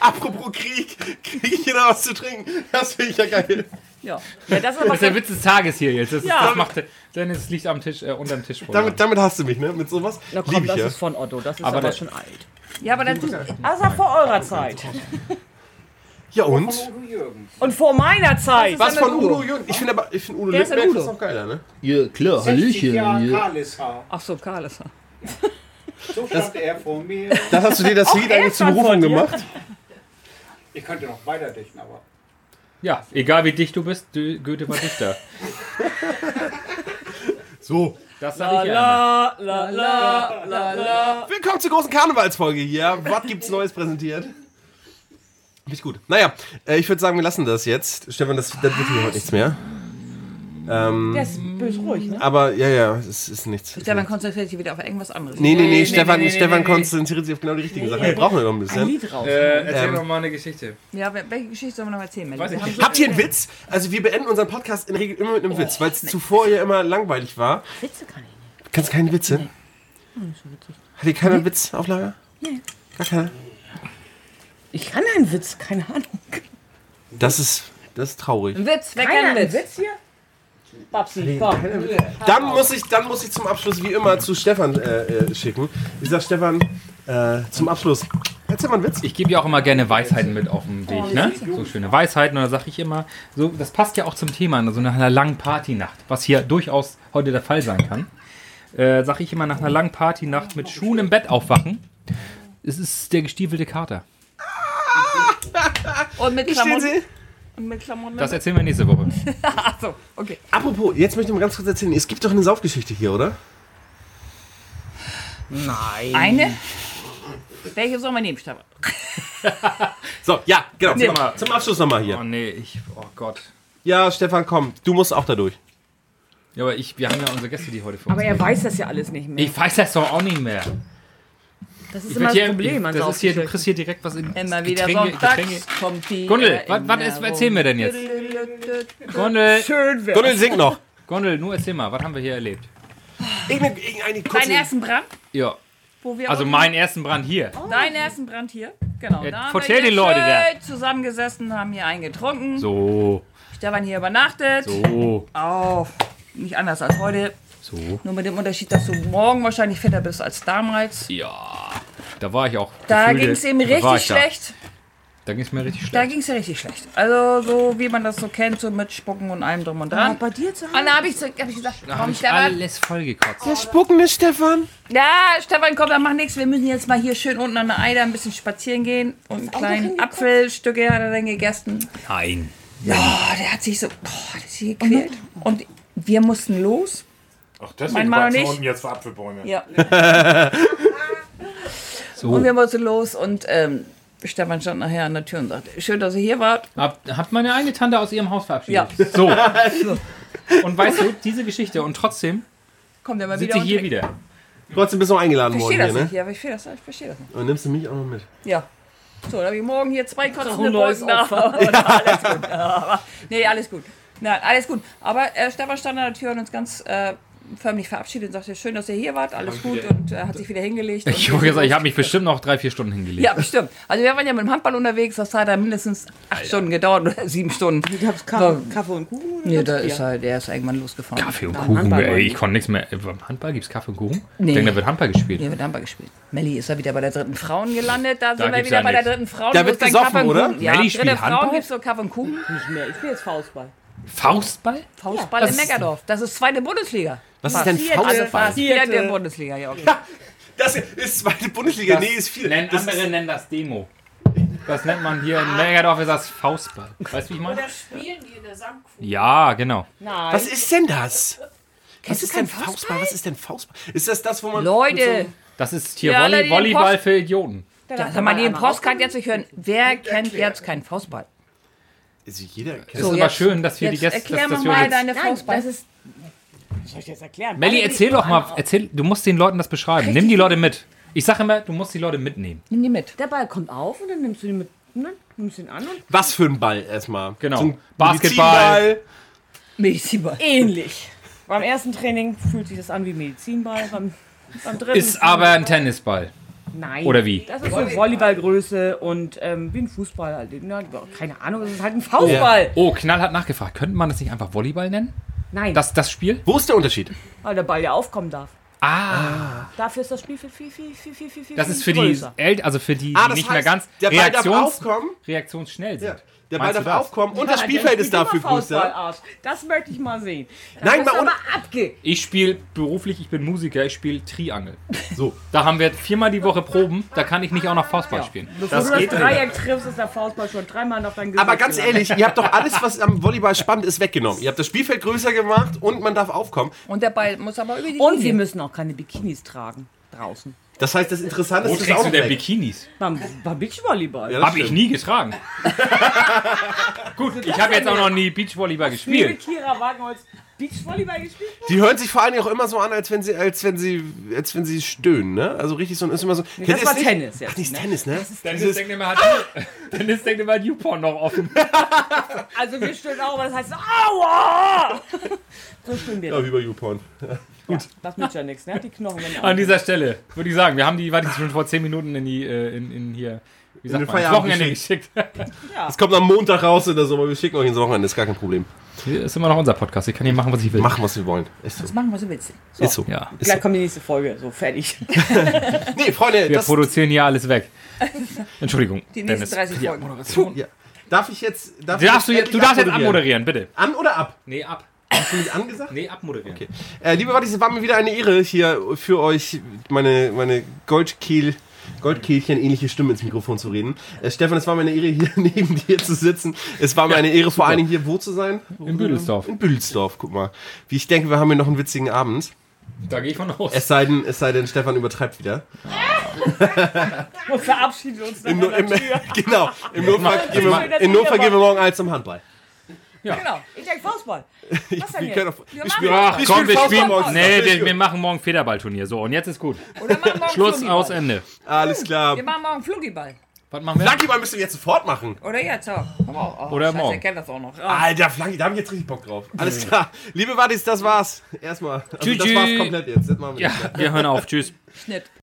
[SPEAKER 1] Apropos Krieg, kriege ich hier noch was zu trinken? Das finde ich ja geil.
[SPEAKER 4] was? Ja. ja, das ist aber
[SPEAKER 3] Das ist der Witz des Tages hier jetzt. Das, ist,
[SPEAKER 2] Ja.
[SPEAKER 3] das macht Dennis liegt am Tisch, äh, unterm Tisch vor.
[SPEAKER 1] Damit, damit hast du mich, ne? Mit sowas
[SPEAKER 2] Na
[SPEAKER 1] lieb
[SPEAKER 2] komm,
[SPEAKER 1] ich
[SPEAKER 2] das
[SPEAKER 1] ja.
[SPEAKER 2] ist von Otto. Das ist
[SPEAKER 3] Aber
[SPEAKER 2] aber,
[SPEAKER 3] der-
[SPEAKER 2] schon alt.
[SPEAKER 4] Ja, aber dann du.
[SPEAKER 2] Also vor eurer Zeit.
[SPEAKER 3] genau.
[SPEAKER 1] Ja und?
[SPEAKER 5] Du Jürgen.
[SPEAKER 2] Und vor meiner Zeit.
[SPEAKER 1] Was von Udo Jürgen? Ich finde aber, ich finde Udo
[SPEAKER 4] Wer ist denn
[SPEAKER 1] Lindenberg ist
[SPEAKER 4] Udo?
[SPEAKER 1] noch geiler, ne?
[SPEAKER 9] Ja, klar, Hallöchen. Ja.
[SPEAKER 5] Kalishaar.
[SPEAKER 4] Ach so, Karl ist er.
[SPEAKER 5] So stand er vor mir.
[SPEAKER 1] Das hast du dir das Lied
[SPEAKER 2] er
[SPEAKER 1] eigentlich zur
[SPEAKER 2] stand
[SPEAKER 1] Berufung
[SPEAKER 2] vor dir.
[SPEAKER 1] gemacht?
[SPEAKER 5] Ich könnte noch weiter dichten, aber.
[SPEAKER 3] Ja, egal wie dicht du bist, Dö- Goethe war Dichter.
[SPEAKER 1] So.
[SPEAKER 3] Das sag ich ja.
[SPEAKER 2] La, la, la, la.
[SPEAKER 1] Willkommen zur großen Karnevalsfolge hier. Was gibt's Neues präsentiert? Nicht gut. Naja, äh, ich würde sagen, wir lassen das jetzt. Stefan, das, das wird hier heute nichts mehr. Ähm,
[SPEAKER 2] Der ist bös ruhig, ne?
[SPEAKER 1] Aber ja, ja, es ist nichts. Ist
[SPEAKER 4] Stefan konzentriert sich wieder auf irgendwas anderes.
[SPEAKER 1] Nee, nee, nee, Stefan, Stefan konzentriert sich auf genau die richtigen Sachen. Wir brauchen wir noch ein bisschen.
[SPEAKER 2] Lied raus.
[SPEAKER 3] Äh, erzähl doch mal eine Geschichte.
[SPEAKER 4] Ja, wel- welche Geschichte sollen wir noch erzählen? Melli?
[SPEAKER 3] Weiß ich
[SPEAKER 4] Wir haben
[SPEAKER 3] nicht.
[SPEAKER 4] so-
[SPEAKER 1] Habt ihr einen Witz? Also wir beenden unseren Podcast in der Regel immer mit einem Witz, weil es zuvor ja immer langweilig war.
[SPEAKER 2] Witze kann ich nicht.
[SPEAKER 1] Kannst keine Witze? Hat hier keiner einen Witz auf Lager? Nee. Gar keiner?
[SPEAKER 2] Ich kann einen Witz, keine Ahnung.
[SPEAKER 1] Das ist, das ist traurig.
[SPEAKER 4] Ein Witz, wer
[SPEAKER 2] Keiner
[SPEAKER 4] kennt
[SPEAKER 2] einen
[SPEAKER 4] Witz?
[SPEAKER 2] Witz hier? Babsi, komm.
[SPEAKER 1] Dann muss, ich, dann muss ich zum Abschluss wie immer zu Stefan äh, äh, schicken. Ich sag Stefan, äh, zum Abschluss, erzähl mal einen Witz.
[SPEAKER 3] Ich gebe ja auch immer gerne Weisheiten mit auf den Weg, ne? So schöne Weisheiten. Und da sage ich immer, so, das passt ja auch zum Thema, ne, so nach einer langen Partynacht, was hier durchaus heute der Fall sein kann. Äh, sage ich immer, nach einer langen Partynacht mit Schuhen im Bett aufwachen. Es ist der gestiefelte Kater.
[SPEAKER 4] Und mit
[SPEAKER 1] Verstehen
[SPEAKER 4] Klamotten.
[SPEAKER 1] Sie?
[SPEAKER 4] Und mit Klamotten.
[SPEAKER 3] Das erzählen wir nächste Woche.
[SPEAKER 4] so, okay.
[SPEAKER 1] Apropos, jetzt möchte ich mal ganz kurz erzählen, es gibt doch eine Saufgeschichte hier, oder?
[SPEAKER 4] Eine? Welche sollen wir nehmen, Stefan?
[SPEAKER 1] So, ja, genau. Zum, zum Abschluss nochmal
[SPEAKER 3] Oh
[SPEAKER 1] hier.
[SPEAKER 3] nee, ich, oh Gott.
[SPEAKER 1] Ja, Stefan, komm, du musst auch da durch.
[SPEAKER 3] Ja, aber ich, wir haben ja unsere Gäste, die heute vor uns
[SPEAKER 2] Aber er weiß das ja alles nicht mehr.
[SPEAKER 3] Ich weiß das doch auch nicht mehr.
[SPEAKER 2] Das ist
[SPEAKER 3] Ich
[SPEAKER 2] immer
[SPEAKER 3] werd
[SPEAKER 2] das
[SPEAKER 3] hier,
[SPEAKER 2] Problem. an
[SPEAKER 3] ich, das ist hier, du
[SPEAKER 2] Saufgeschichten.
[SPEAKER 3] kriegst hier direkt was in
[SPEAKER 4] Immer wieder
[SPEAKER 3] Getränke,
[SPEAKER 4] sonntags
[SPEAKER 3] Getränke.
[SPEAKER 4] kommt die.
[SPEAKER 3] Gundel, was, was ist, erzähl mir denn jetzt? Gundel,
[SPEAKER 2] Schön wär's.
[SPEAKER 1] Gunnel, sing noch.
[SPEAKER 3] Gundel, nur erzähl mal, was haben wir hier erlebt?
[SPEAKER 1] Irgendeine, irgendeine
[SPEAKER 4] Deinen
[SPEAKER 1] kurze...
[SPEAKER 4] ersten Brand?
[SPEAKER 3] Ja,
[SPEAKER 4] Wo wir
[SPEAKER 3] also
[SPEAKER 4] auch-
[SPEAKER 3] meinen ersten Brand hier.
[SPEAKER 4] Deinen ersten Brand hier? Genau.
[SPEAKER 3] Jetzt
[SPEAKER 4] da haben
[SPEAKER 3] erzähl
[SPEAKER 4] wir
[SPEAKER 3] die
[SPEAKER 4] hier
[SPEAKER 3] Leute
[SPEAKER 4] schön zusammengesessen, haben hier einen getrunken.
[SPEAKER 3] So,
[SPEAKER 4] Stefan hier übernachtet.
[SPEAKER 3] so,
[SPEAKER 4] Auf. Nicht anders als heute.
[SPEAKER 3] so.
[SPEAKER 4] Nur mit dem Unterschied, dass du morgen wahrscheinlich fitter bist als damals.
[SPEAKER 3] Ja, da war ich auch.
[SPEAKER 4] Da
[SPEAKER 3] gefühlte-
[SPEAKER 4] ging es ihm
[SPEAKER 3] da war
[SPEAKER 4] richtig
[SPEAKER 3] ich da.
[SPEAKER 4] schlecht.
[SPEAKER 3] Da ging es mir richtig
[SPEAKER 4] Da
[SPEAKER 3] schlecht.
[SPEAKER 4] ging es ja richtig schlecht. Also so wie man das so kennt, so mit Spucken und allem drum und dran.
[SPEAKER 2] Bei dir zu Hause?
[SPEAKER 4] Und da habe ich, so, hab ich gesagt,
[SPEAKER 3] Da hab
[SPEAKER 4] komm
[SPEAKER 3] ich
[SPEAKER 4] Stefan,
[SPEAKER 3] alles vollgekotzt.
[SPEAKER 1] Der spuckende Stefan.
[SPEAKER 4] ja Stefan, komm, dann mach nichts. Wir müssen jetzt mal hier schön unten an der Eider ein bisschen spazieren gehen. Und einen kleinen Apfelstücke hat er dann gegessen.
[SPEAKER 3] Nein.
[SPEAKER 4] Ja, der hat sich so, boah, der ist hier gequält. Und wir mussten los.
[SPEAKER 6] Ach,
[SPEAKER 4] Mein
[SPEAKER 6] deswegen
[SPEAKER 4] Mann und
[SPEAKER 6] wachsen
[SPEAKER 4] ich.
[SPEAKER 6] unten jetzt für Apfelbäume.
[SPEAKER 4] Ja.
[SPEAKER 3] So,
[SPEAKER 4] Und wir mussten los und ähm, Stefan stand nachher an der Tür und sagte, schön, dass ihr hier wart.
[SPEAKER 3] hab, hat meine eine Tante aus ihrem Haus verabschiedet.
[SPEAKER 4] Ja. [LAUGHS]
[SPEAKER 3] So. Und weißt du, diese Geschichte und trotzdem
[SPEAKER 4] Kommt er mal wieder
[SPEAKER 3] sitze ich
[SPEAKER 4] und
[SPEAKER 3] hier
[SPEAKER 4] trinkt.
[SPEAKER 3] wieder.
[SPEAKER 1] Trotzdem bist du noch eingeladen
[SPEAKER 4] Ich verstehe
[SPEAKER 1] worden hier,
[SPEAKER 4] das
[SPEAKER 1] ne?
[SPEAKER 4] nicht, ja, aber ich verstehe das, ich verstehe das nicht.
[SPEAKER 1] Und nimmst du mich auch noch mit.
[SPEAKER 4] Ja. So, dann habe ich morgen hier zwei kotzende
[SPEAKER 2] neues
[SPEAKER 4] Bolzen da. Ja, alles gut. Ja, aber, nee, alles gut. Nein, alles gut. Aber äh, Stefan stand an der Tür und uns ganz äh, förmlich verabschiedet und sagte, schön, dass ihr hier wart, alles gut und äh, hat sich wieder hingelegt. Und
[SPEAKER 3] Ich, wollte gesagt, ich habe mich bestimmt noch drei, vier Stunden hingelegt.
[SPEAKER 4] ja, bestimmt. Also wir waren ja mit dem Handball unterwegs, das hat dann mindestens acht Stunden gedauert oder sieben Stunden.
[SPEAKER 2] Ich hab's Kaffee, Kaffee und Kuchen oder
[SPEAKER 4] Nee,
[SPEAKER 2] sonst
[SPEAKER 4] da
[SPEAKER 2] Bier?
[SPEAKER 4] ist halt, der ist irgendwann losgefahren.
[SPEAKER 3] Kaffee und
[SPEAKER 2] Beim
[SPEAKER 3] Kuchen,
[SPEAKER 2] Handball
[SPEAKER 3] ey,
[SPEAKER 2] wollen.
[SPEAKER 3] ich konnte nichts mehr. Beim Handball gibt es Kaffee und Kuchen?
[SPEAKER 4] Nee.
[SPEAKER 3] Ich denke, da wird Handball gespielt.
[SPEAKER 4] Hier wird Handball gespielt. Melli ist ja wieder bei der dritten Frauen gelandet. Da, sind wir
[SPEAKER 3] gibt's
[SPEAKER 4] wieder
[SPEAKER 3] ja
[SPEAKER 4] bei
[SPEAKER 3] nix.
[SPEAKER 4] der dritten Frauen.
[SPEAKER 1] Da
[SPEAKER 4] Wo
[SPEAKER 1] wird
[SPEAKER 4] ist dein
[SPEAKER 1] gesoffen,
[SPEAKER 4] Kaffee und
[SPEAKER 1] oder?
[SPEAKER 4] Kuchen? Ja,
[SPEAKER 3] Melli
[SPEAKER 4] dritte
[SPEAKER 3] spielt Handball?
[SPEAKER 4] Frauen gibt's so Kaffee und Kuchen.
[SPEAKER 2] Nicht mehr. Ich spiele jetzt Faustball.
[SPEAKER 3] Faustball?
[SPEAKER 4] Faustball
[SPEAKER 3] das
[SPEAKER 4] im
[SPEAKER 3] ist-
[SPEAKER 4] Meckerdorf. Das ist zweite Bundesliga.
[SPEAKER 1] Was ist denn
[SPEAKER 4] Also
[SPEAKER 1] Faustball?
[SPEAKER 4] fast wieder
[SPEAKER 2] Vierte.
[SPEAKER 4] der Bundesliga, ja. Okay.
[SPEAKER 1] Das ist zweite Bundesliga. nee, ist viel.
[SPEAKER 3] Nennen,
[SPEAKER 1] Das
[SPEAKER 3] andere
[SPEAKER 1] ist,
[SPEAKER 3] nennen das Demo. Das nennt man hier in Meckerdorf ist das Faustball. Weißt du, wie ich meine?
[SPEAKER 8] Oder spielen die in der Sandkuh?
[SPEAKER 3] Ja, genau.
[SPEAKER 1] was ist denn das? Was ist denn Faustball? Was ist denn Faustball? Ist das das, wo man...
[SPEAKER 4] Leute,
[SPEAKER 3] Das ist hier
[SPEAKER 4] Ja, alle,
[SPEAKER 3] Volley
[SPEAKER 4] die
[SPEAKER 3] Volleyball
[SPEAKER 4] den Post-
[SPEAKER 3] für Idioten.
[SPEAKER 4] da kann man die im Postcard jetzt nicht hören. Wer kennt jetzt keinen Faustball?
[SPEAKER 1] Also jeder kennt
[SPEAKER 3] Es ist
[SPEAKER 4] So,
[SPEAKER 3] aber
[SPEAKER 4] jetzt-
[SPEAKER 3] schön, dass wir die Gäste.
[SPEAKER 4] erklär
[SPEAKER 3] dass, dass wir
[SPEAKER 4] mal
[SPEAKER 3] jetzt-
[SPEAKER 4] deine
[SPEAKER 2] Nein,
[SPEAKER 4] Faustball.
[SPEAKER 2] das ist. Was soll ich dir jetzt erklären?
[SPEAKER 3] Melli,
[SPEAKER 2] Alle, die-
[SPEAKER 3] erzähl doch mal. Erzähl, du musst den Leuten das beschreiben. Nimm die Leute mit. Ich sage immer, du musst die Leute mitnehmen.
[SPEAKER 4] Nimm die mit.
[SPEAKER 2] Der Ball kommt auf und dann nimmst du ihn mit. Ne? Nimmst ihn an und
[SPEAKER 1] Was für ein Ball erstmal?
[SPEAKER 3] Genau.
[SPEAKER 1] So ein
[SPEAKER 3] Basketball.
[SPEAKER 1] Medizinball.
[SPEAKER 4] Medizinball.
[SPEAKER 2] ähnlich. Beim ersten Training fühlt sich das an wie Medizinball. Beim, beim dritten.
[SPEAKER 3] Ist aber ein Tennisball.
[SPEAKER 2] Nein.
[SPEAKER 3] Oder wie?
[SPEAKER 2] Das ist so Volleyballgröße und ähm, wie ein Fußball. halt. Na, keine Ahnung, das ist halt ein Faustball.
[SPEAKER 3] Oh, Knall hat nachgefragt. Könnte man das nicht einfach Volleyball nennen?
[SPEAKER 2] Nein,
[SPEAKER 3] Das, das Spiel?
[SPEAKER 1] Wo ist der Unterschied?
[SPEAKER 2] weil der Ball ja aufkommen darf.
[SPEAKER 3] Ah.
[SPEAKER 2] Dafür ist das Spiel viel, viel, viel, viel, viel, viel,
[SPEAKER 3] Das
[SPEAKER 2] viel
[SPEAKER 3] ist für die
[SPEAKER 2] größer.
[SPEAKER 3] Eltern, also für die, die nicht mehr ganz
[SPEAKER 1] Ah, der Ball darf
[SPEAKER 3] reaktions
[SPEAKER 1] aufkommen.
[SPEAKER 3] reaktionsschnell sind.
[SPEAKER 1] Ja. Der Ball
[SPEAKER 3] Meinst
[SPEAKER 1] darf
[SPEAKER 3] du das?
[SPEAKER 1] aufkommen und das Spielfeld
[SPEAKER 2] Also,
[SPEAKER 1] ist dafür größer.
[SPEAKER 2] Fußballart. Das möchte ich mal sehen. Da
[SPEAKER 1] Nein,
[SPEAKER 2] muss
[SPEAKER 1] mal
[SPEAKER 2] aber
[SPEAKER 1] ohne-
[SPEAKER 2] abge.
[SPEAKER 3] Ich spiele beruflich, ich bin Musiker, ich spiele Triangel. So, da haben wir viermal die Woche Proben, da kann ich nicht auch noch Faustball spielen.
[SPEAKER 2] Bevor du das Dreieck triffst, ist der Faustball schon dreimal auf dein Gesicht.
[SPEAKER 1] Aber ganz
[SPEAKER 2] gelangt.
[SPEAKER 1] ehrlich, ihr habt doch alles, was am Volleyball spannend ist, weggenommen. Ihr habt das Spielfeld größer gemacht und man darf aufkommen.
[SPEAKER 4] Und der Ball muss aber über die
[SPEAKER 2] Und wir
[SPEAKER 4] Linie.
[SPEAKER 2] müssen auch keine Bikinis tragen draußen.
[SPEAKER 1] Das heißt, das Interessante
[SPEAKER 3] Wo
[SPEAKER 1] ist, ist auch
[SPEAKER 3] trägst du
[SPEAKER 1] noch
[SPEAKER 3] denn
[SPEAKER 1] weg.
[SPEAKER 3] Bikinis?
[SPEAKER 2] Beim, beim Beachvolleyball.
[SPEAKER 1] Ja, das
[SPEAKER 3] Hab ich
[SPEAKER 1] stimmt.
[SPEAKER 3] nie
[SPEAKER 1] [LAUGHS]
[SPEAKER 3] getragen. Gut, ich habe jetzt auch noch nie Beachvolleyball
[SPEAKER 2] Liebe
[SPEAKER 3] gespielt.
[SPEAKER 2] Kira Wagenholz, Beachvolleyball gespielt?
[SPEAKER 1] Die hören sich vor allen Dingen auch immer so an, als wenn sie, als wenn sie, als wenn sie stöhnen, ne? Also richtig so ist immer so.
[SPEAKER 2] Das war
[SPEAKER 1] ist nicht-
[SPEAKER 2] Tennis jetzt.
[SPEAKER 1] Ach, nicht Tennis, ne?
[SPEAKER 3] Dennis denkt immer, hat, [LAUGHS] Dennis denkt immer, hat YouPorn noch offen.
[SPEAKER 2] Also wir stöhnen auch, aber das
[SPEAKER 1] [LAUGHS]
[SPEAKER 2] heißt, aua! So stöhnen wir.
[SPEAKER 1] Ja, wie bei YouPorn.
[SPEAKER 2] Das nützt ja nichts, ne? Die Knochen werden
[SPEAKER 3] An dieser Stelle würde ich sagen, wir haben die, warte, die sind schon vor 10 Minuten in die, äh, in, in hier, wie sagt
[SPEAKER 1] den
[SPEAKER 3] man, ins
[SPEAKER 1] Feierabend
[SPEAKER 3] Wochenende geschickt.
[SPEAKER 1] Es kommt am Montag raus oder so, aber wir schicken euch ins Wochenende, ist gar kein Problem.
[SPEAKER 3] Hier ist immer noch unser Podcast, ich kann hier machen, was ich will.
[SPEAKER 1] Machen, was wir wollen. Ist so.
[SPEAKER 4] Das machen wir so witzig.
[SPEAKER 1] Ist so.
[SPEAKER 3] Ja.
[SPEAKER 1] Ist
[SPEAKER 2] Gleich
[SPEAKER 1] so.
[SPEAKER 2] kommt die nächste Folge, so fertig.
[SPEAKER 1] Nee, Freunde,
[SPEAKER 3] Wir
[SPEAKER 1] das,
[SPEAKER 3] produzieren hier alles
[SPEAKER 1] [LAUGHS]
[SPEAKER 3] weg. Entschuldigung,
[SPEAKER 4] Die nächsten 30
[SPEAKER 3] Ja,
[SPEAKER 4] Folgen.
[SPEAKER 3] Moderation.
[SPEAKER 1] ja. darf ich jetzt. Darf
[SPEAKER 3] Darfst du, jetzt, du darfst jetzt
[SPEAKER 1] abmoderieren?
[SPEAKER 3] abmoderieren, bitte.
[SPEAKER 1] An oder ab?
[SPEAKER 3] Nee, ab.
[SPEAKER 1] Hast du nicht angesagt?
[SPEAKER 3] Nee, abmoderieren. Okay.
[SPEAKER 1] Äh, liebe Wattis, es war mir wieder eine Ehre, hier für euch meine, meine Goldkehl, Goldkehlchen-ähnliche Stimme ins Mikrofon zu reden. Äh, Stefan, es war mir eine Ehre, hier [LAUGHS] neben dir zu sitzen. Es war mir eine Ehre, vor allen Dingen hier wo zu sein?
[SPEAKER 3] In Büdelsdorf.
[SPEAKER 1] In Büdelsdorf, guck mal. Wie ich denke, wir haben hier noch einen witzigen Abend.
[SPEAKER 3] Da gehe ich von aus.
[SPEAKER 1] Es sei denn, es sei denn Stefan übertreibt wieder.
[SPEAKER 2] Und verabschieden uns dann
[SPEAKER 1] Im,
[SPEAKER 2] von
[SPEAKER 1] Nu-
[SPEAKER 2] der
[SPEAKER 1] im,
[SPEAKER 2] Tür.
[SPEAKER 1] [LAUGHS] genau, im Notfall gehen
[SPEAKER 2] mach-
[SPEAKER 1] wir, im Notfall gehen wir morgen alle zum Handball.
[SPEAKER 2] Genau. Ich denke
[SPEAKER 3] [LAUGHS]
[SPEAKER 2] Faustball. Was denn
[SPEAKER 1] Wir
[SPEAKER 2] jetzt?
[SPEAKER 1] können auch,
[SPEAKER 4] Wir
[SPEAKER 1] ich
[SPEAKER 4] machen
[SPEAKER 1] spiel,
[SPEAKER 3] Ach, komm, wir
[SPEAKER 1] Faustball
[SPEAKER 3] spielen.
[SPEAKER 1] morgens.
[SPEAKER 3] Nee,
[SPEAKER 1] Das ist
[SPEAKER 3] wir, wir
[SPEAKER 1] gut.
[SPEAKER 3] machen morgen Federballturnier. So, und jetzt ist gut.
[SPEAKER 4] Oder machen wir morgen
[SPEAKER 3] Schluss,
[SPEAKER 4] Flugiball.
[SPEAKER 3] aus, Ende.
[SPEAKER 1] Alles klar.
[SPEAKER 4] Wir machen morgen Flugiball.
[SPEAKER 3] Was machen wir?
[SPEAKER 1] Lucky Ball müssen wir jetzt sofort machen.
[SPEAKER 4] Oder jetzt auch. Oh,
[SPEAKER 3] Oder
[SPEAKER 4] Scheiße,
[SPEAKER 3] morgen.
[SPEAKER 4] Ich kenne das auch noch. Ah.
[SPEAKER 1] Alter, Flanki, da hab ich jetzt richtig Bock drauf. Alles klar. Liebe Wattis, das war's. Erstmal. Also, das
[SPEAKER 3] Tschüssi.
[SPEAKER 1] war's komplett jetzt. Das machen wir
[SPEAKER 3] Ja, wir hören auf. Tschüss.
[SPEAKER 4] Schnitt.